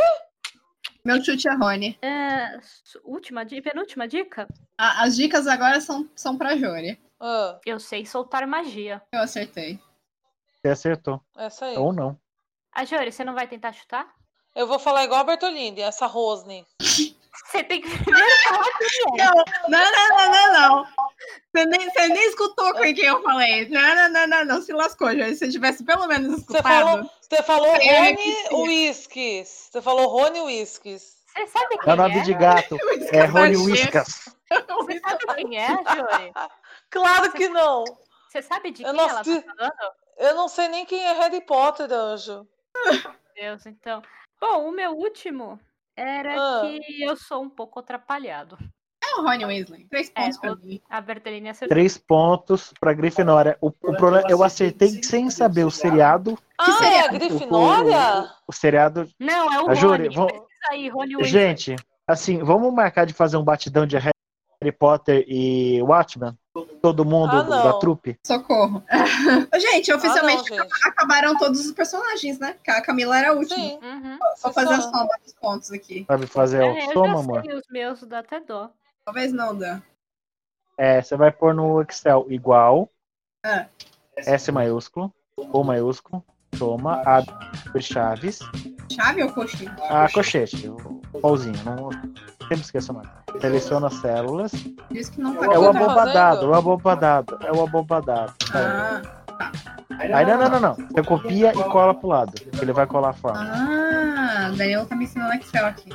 S3: Meu chute é Rony.
S4: Ah, s- última dica, penúltima dica?
S3: A- as dicas agora são, são pra Jory.
S2: Ah,
S4: Eu sei soltar magia.
S3: Eu acertei.
S1: Você acertou.
S2: essa É aí.
S1: Ou não.
S4: A Jori, Ah, você não vai tentar chutar?
S2: Eu vou falar igual a Bertolini, essa Rosne.
S4: Você tem que primeiro falar quem é.
S3: Não, não, não, não, não, não. Você nem, você nem escutou com quem eu falei. Não, não, não, não, não. Se lascou, Jory. Se você tivesse pelo menos
S2: Você
S3: escutado.
S2: falou, você falou
S3: É, né, Sim, eu
S2: Rony Whiskys. Você falou Rony Whiskys.
S4: Você sabe
S1: É
S4: quem
S1: o nome
S4: é?
S1: de gato. É Rony Whiskas.
S4: Você sabe quem é, Jori?
S2: Claro que não.
S4: Você sabe de
S2: Eu
S4: quem
S2: não
S4: ela
S2: assisti-
S4: tá falando?
S2: Eu não sei nem quem é Harry Potter, anjo.
S4: Meu Deus, então. Bom, o meu último era
S2: Ah.
S4: que eu sou um pouco atrapalhado.
S3: É o Rony Weasley. Três pontos
S4: É,
S3: pra
S4: o-
S3: mim.
S4: A Bertolini acertou.
S1: Três pontos pra Grifinória. O, o problema, eu acertei sem saber o seriado.
S2: Ah, é a
S3: seriado?
S2: Grifinória? Ah,
S1: O seriado.
S4: Não, é o
S1: A
S4: Rony.
S1: Júri, vamos-
S4: Pesquisa aí, Rony Weasley.
S1: Ah, Gente, assim, vamos marcar de fazer um batidão de Harry Potter e Watchmen? Todo mundo
S2: Ah, não.
S1: da trupe?
S3: Socorro. Gente,
S2: Ah, não,
S3: oficialmente
S2: gente.
S3: acabaram todos os personagens, né? Que a Camila era a última.
S2: Sim.
S4: Uhum.
S3: Vou
S2: vocês
S3: fazer a
S2: são.
S3: soma dos pontos aqui.
S1: Sabe fazer
S4: É,
S1: o
S4: eu
S1: soma,
S4: já
S1: amor?
S4: sei os meus, dá até dó. Hum.
S3: Talvez não dá.
S1: É, você vai pôr no Excel igual
S3: Ah.
S1: S maiúsculo ou maiúsculo soma abre chaves
S3: Chave ou coxinha?
S1: a cochete, o pauzinho, não sempre esqueça mais. Seleciona as células.
S3: Diz que não tá
S1: É o
S3: contando.
S1: abobadado, é o abobadado, é o abobadado.
S3: Ah,
S1: Aí não, não, não, não. Você copia e cola pro lado. que Ele vai colar a forma.
S3: ah, Danilo tá me ensinando Excel aqui.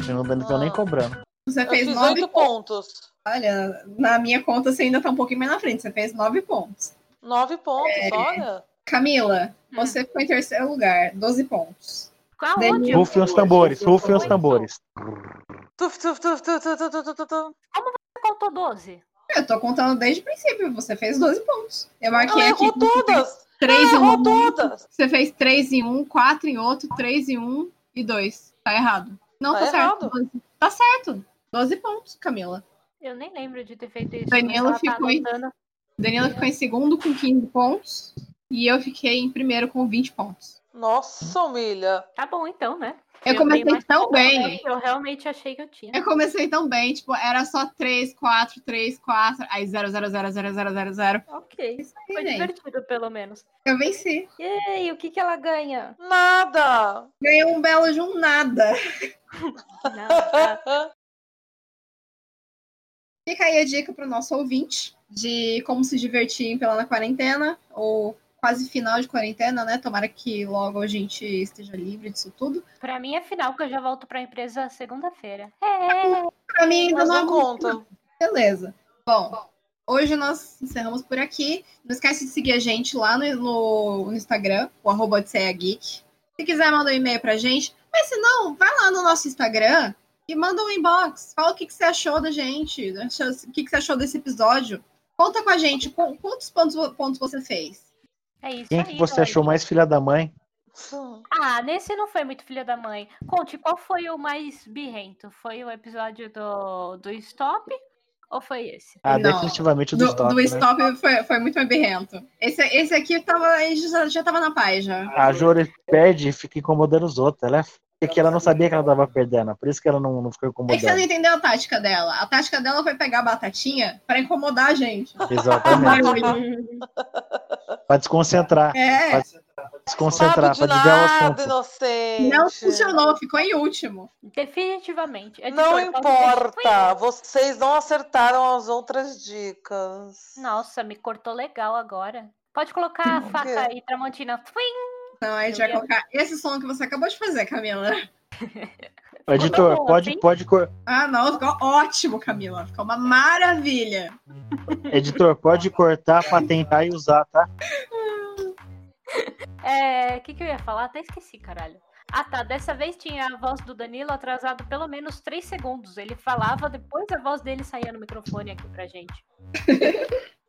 S1: Senão não tô nem cobrando.
S3: Você
S2: Eu
S3: fez
S2: fiz
S3: nove
S2: oito
S3: pontos.
S2: pontos.
S3: Olha, na minha conta você ainda tá um pouquinho mais na frente. Você fez nove pontos.
S2: Nove
S3: É.
S2: pontos, olha.
S3: Camila,
S4: Hum.
S3: você é ficou em terceiro lugar, 12 pontos.
S4: Qual
S3: Daniel.
S4: onde?
S1: Rufem os tambores, rufem os tambores.
S2: Tuf, tuf, tuf, tuf, tuf, tuf, tuf, tuf, tuf.
S3: Tá
S4: Contou 12.
S3: Eu tô contando desde o princípio, você fez 12 pontos. Eu marquei
S2: Ela
S3: aqui.
S2: errou
S3: que você fez
S2: todas.
S3: Três
S2: Ela
S3: em um.
S2: errou todas.
S3: Você fez 3 em 1, 4 em outro, 3 em 1 e 2. Tá errado. Não,
S2: Tá
S3: tá,
S2: errado.
S3: certo. 12. Tá certo. 12 pontos, Camila.
S4: Eu nem lembro de ter feito isso.
S3: Danilo
S4: mas ela tá
S3: ficou em-
S4: anotando.
S3: Danila ficou em segundo com 15 pontos e eu fiquei em primeiro com 20 pontos.
S2: Nossa, humilha.
S4: Tá bom então, né?
S3: Eu,
S4: Eu tenho
S3: comecei
S4: mais
S3: tão
S4: pontos
S3: bem.
S4: Eu realmente achei que eu tinha.
S3: Eu comecei tão bem, tipo, era só 3, 4, 3, 4, aí 0, 0, 0, 0, 0, 0, 0.
S4: Ok.
S3: Isso aí,
S4: Foi
S3: gente.
S4: divertido, pelo menos.
S3: Eu venci.
S4: E aí, o que, que ela ganha?
S2: Nada.
S3: Ganhei um belo de um nada.
S4: Nada.
S3: Fica aí a dica pro nosso ouvinte de como se divertir pela na quarentena, ou quase final de quarentena, né? Tomara que logo a gente esteja livre disso tudo.
S4: Pra mim é final, que eu já volto pra empresa segunda-feira. É.
S3: Pra mim ainda
S2: Mas
S3: não
S2: não
S3: aguenta.
S2: conta.
S3: Beleza. Bom, hoje nós encerramos por aqui. Não esquece de seguir a gente lá no, no- no Instagram, o arroba Odisseia Geek. Se quiser, manda um e-mail pra gente. Mas se não, vai lá no nosso Instagram e manda um inbox. Fala o que, que você achou da gente, né? Achou- o que, que você achou desse episódio. Conta com a gente, qu- quantos pontos, vo- pontos você fez?
S4: É isso
S1: Quem
S4: aí,
S1: que você
S4: doido.
S1: achou mais filha da mãe?
S4: Ah, nesse não foi muito filha da mãe. Conte, qual foi o mais birrento? Foi o episódio do, do Stop ou foi esse?
S1: Ah,
S3: Não.
S1: definitivamente o do,
S3: Do,
S1: Stop.
S3: do
S1: né?
S3: stop foi, foi muito mais birrento. Esse, esse aqui tava, já, já tava na paz, já.
S1: A Jore perde e fica incomodando os outros. Ela é f- porque ela não sabia que ela tava perdendo, por isso que ela não, não ficou
S3: É que você não
S1: incomodando.
S3: entendeu a tática dela. A tática dela foi pegar a batatinha pra incomodar a gente.
S1: Exatamente. Pra desconcentrar,
S3: É,
S1: desconcentrar,
S2: Sabe
S1: pra
S2: de
S1: desviar o
S2: nada,
S1: assunto.
S2: inocente.
S3: não funcionou, ficou em último.
S4: Definitivamente.
S2: Não
S4: Editor, É posso deixar-
S2: importa, vocês não acertaram as outras dicas.
S4: Nossa, me cortou legal agora. Pode colocar a faca aí, Tramontina. Twing!
S3: Então a gente vai colocar esse som que você acabou de fazer, Camila.
S1: Editor,
S4: Como
S1: pode,
S4: assim?
S1: pode, cor-
S3: Ah, não, ficou ótimo, Camila. Ficou uma maravilha.
S1: editor, pode cortar pra tentar e usar, tá?
S4: É, o que, que eu ia falar? Até esqueci, caralho. Ah tá, dessa vez tinha a voz do Danilo atrasado pelo menos 3 segundos. Ele falava, depois a voz dele saía no microfone aqui pra gente.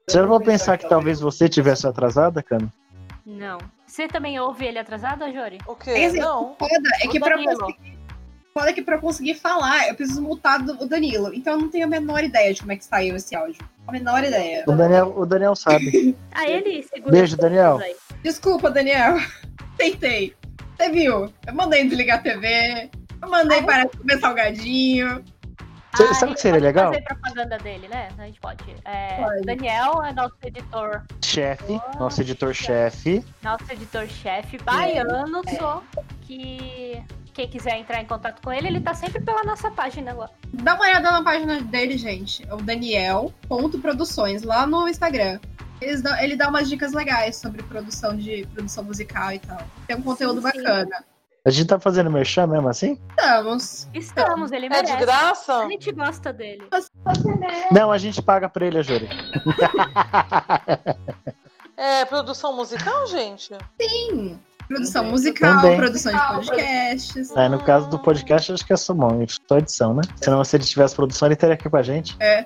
S1: Você não vai pensar que talvez você tivesse atrasada, Cami?
S4: Não. Você também ouve ele atrasado, Jori?
S2: O
S3: Quer
S2: quê?
S3: dizer,
S2: Não.
S3: Foda é
S4: O
S3: que pra eu
S4: Danilo.
S3: conseguir, foda é que pra eu conseguir falar, eu preciso multar do- o Danilo. Então eu não tenho a menor ideia de como é que saiu esse áudio. A menor ideia.
S1: O Daniel, o Daniel sabe.
S4: Ah, ele segura.
S1: Beijo,
S4: os
S1: Daniel.
S4: aí.
S3: Desculpa, Daniel. Tentei. Você viu? Eu mandei desligar a TV. Eu mandei parar de comer salgadinho.
S1: Cê-
S4: Ah,
S1: sabe o
S4: a gente
S1: que seria
S4: pode
S1: legal?
S4: fazer propaganda dele, né? A gente pode. É,
S3: Pode.
S4: Daniel é nosso editor,
S1: Chefe, nosso editor-chefe.
S4: nosso editor-chefe baiano
S2: É.
S4: só. Que quem quiser entrar em contato com ele, ele tá sempre pela nossa página lá.
S3: Dá uma olhada na página dele, gente. É o Daniel.produções, lá no Instagram. Eles dão- ele dá umas dicas legais sobre produção de produção musical e tal. Tem um conteúdo
S4: Sim, sim.
S3: bacana.
S1: A gente tá fazendo merchan mesmo assim?
S3: Estamos.
S4: Estamos, ele
S2: É
S4: merece.
S2: de graça?
S4: A gente gosta dele.
S1: Não, a gente paga pra ele, a Júlia.
S2: É produção musical, gente?
S3: Sim.
S4: Uhum.
S3: Produção musical,
S1: Também.
S3: produção de podcasts.
S1: Aí, no caso do podcast, acho que é só, bom, só edição, né? Senão, se ele tivesse produção, ele teria aqui com a gente.
S3: É.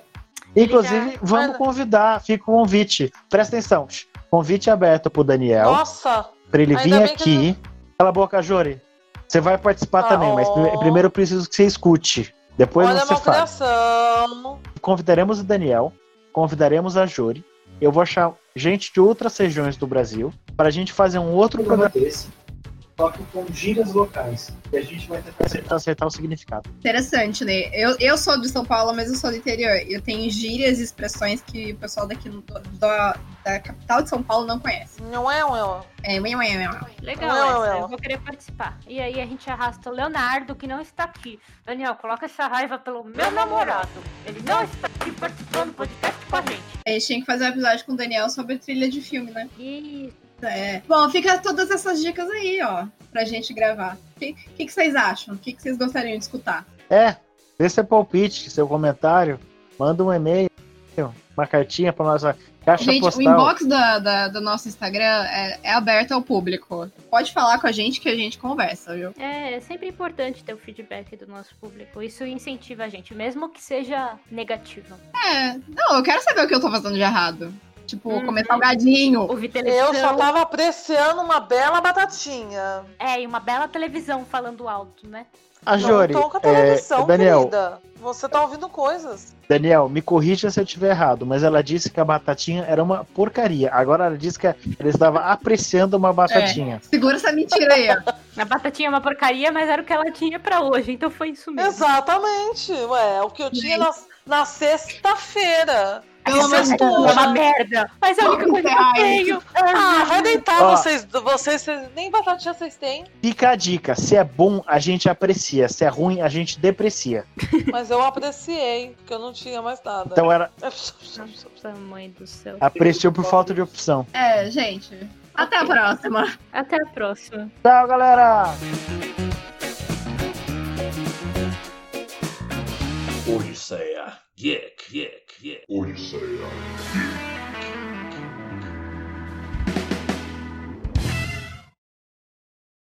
S1: Inclusive, vamos
S2: Manda.
S1: convidar, fica o convite. Presta atenção. Convite aberto pro Daniel,
S2: Nossa,
S1: pra ele
S2: ainda
S1: vir
S2: bem que
S1: aqui. Cala a boca, Jore. Você vai participar
S2: Ah,
S1: também, mas prime-
S2: ó.
S1: primeiro eu preciso que você escute. Depois
S2: olha a
S1: você fala.
S2: malcriação.
S1: Convidaremos o Daniel, convidaremos a Jore. Eu vou achar gente de outras regiões do Brasil pra gente fazer um outro
S9: programa
S1: programa
S9: desse, só que com gírias locais. E a gente vai tentar acertar.
S1: pra acertar o significado.
S3: Interessante, né? Eu, eu sou de São Paulo, mas eu sou do interior. Eu tenho gírias e expressões que o pessoal daqui no- do- da- da capital de São Paulo não conhece.
S2: Não é, não é.
S3: É, ué, ué, ué.
S4: Legal,
S2: Não,
S4: essa,
S2: não.
S4: eu vou querer participar. E aí a gente arrasta o Leonardo, que não está aqui. Daniel, coloca essa raiva pelo meu namorado. Ele não está aqui participando do podcast com a gente.
S3: A gente tinha que fazer um episódio com o Daniel sobre trilha de filme, né?
S4: E
S3: É. Bom, fica todas essas dicas aí, ó, pra gente gravar. O que, que, que vocês acham? O que, que vocês gostariam de escutar?
S1: É, dê seu palpite, seu comentário, manda um e-mail, uma cartinha pra nossa caixa
S3: gente, o
S1: postal.
S3: inbox da, da- do nosso Instagram é, é aberto ao público. Pode falar com a gente que a gente conversa, viu?
S4: É, é sempre importante ter o feedback do nosso público. Isso incentiva a gente, mesmo que seja negativo.
S3: É, não, eu quero saber o que eu tô fazendo de errado. Tipo,
S4: Uhum.
S3: comer salgadinho.
S4: Ouvir
S2: Eu
S4: televisão.
S2: só tava apreciando uma bela batatinha.
S4: É, e uma bela televisão falando alto, né?
S1: A Jore,
S2: não tô com a
S1: é,
S2: televisão,
S1: Daniel,
S2: querida. Você tá ouvindo coisas.
S1: Daniel, me corrija se eu estiver errado, mas ela disse que a batatinha era uma porcaria. Agora ela disse que ela estava apreciando
S2: É.
S1: uma batatinha.
S3: Segura essa mentira aí, ó.
S4: A batatinha é uma porcaria, mas era o que ela tinha pra hoje, então foi isso mesmo.
S2: é Exatamente. Ué, o que eu tinha na, na sexta-feira.
S3: Pelo
S2: Essa
S3: menos
S2: é
S4: É uma merda. Mas é a única
S3: Vamos
S4: coisa que eu
S3: encerrar
S4: tenho.
S2: Ah, vai deitar
S1: Ó.
S2: vocês, vocês, vocês. Nem batatinha vocês têm,
S1: Fica a dica: se é bom, a gente aprecia, se é ruim, a gente deprecia.
S2: mas eu apreciei, porque eu não tinha mais nada. É
S1: Então era
S4: Nossa, mãe do céu.
S1: apreciou por falta de opção.
S3: É, gente. Até a próxima.
S4: Até a próxima.
S1: Tchau, galera!
S5: Odisseia. Gick, gick, gick.
S6: Odisseia.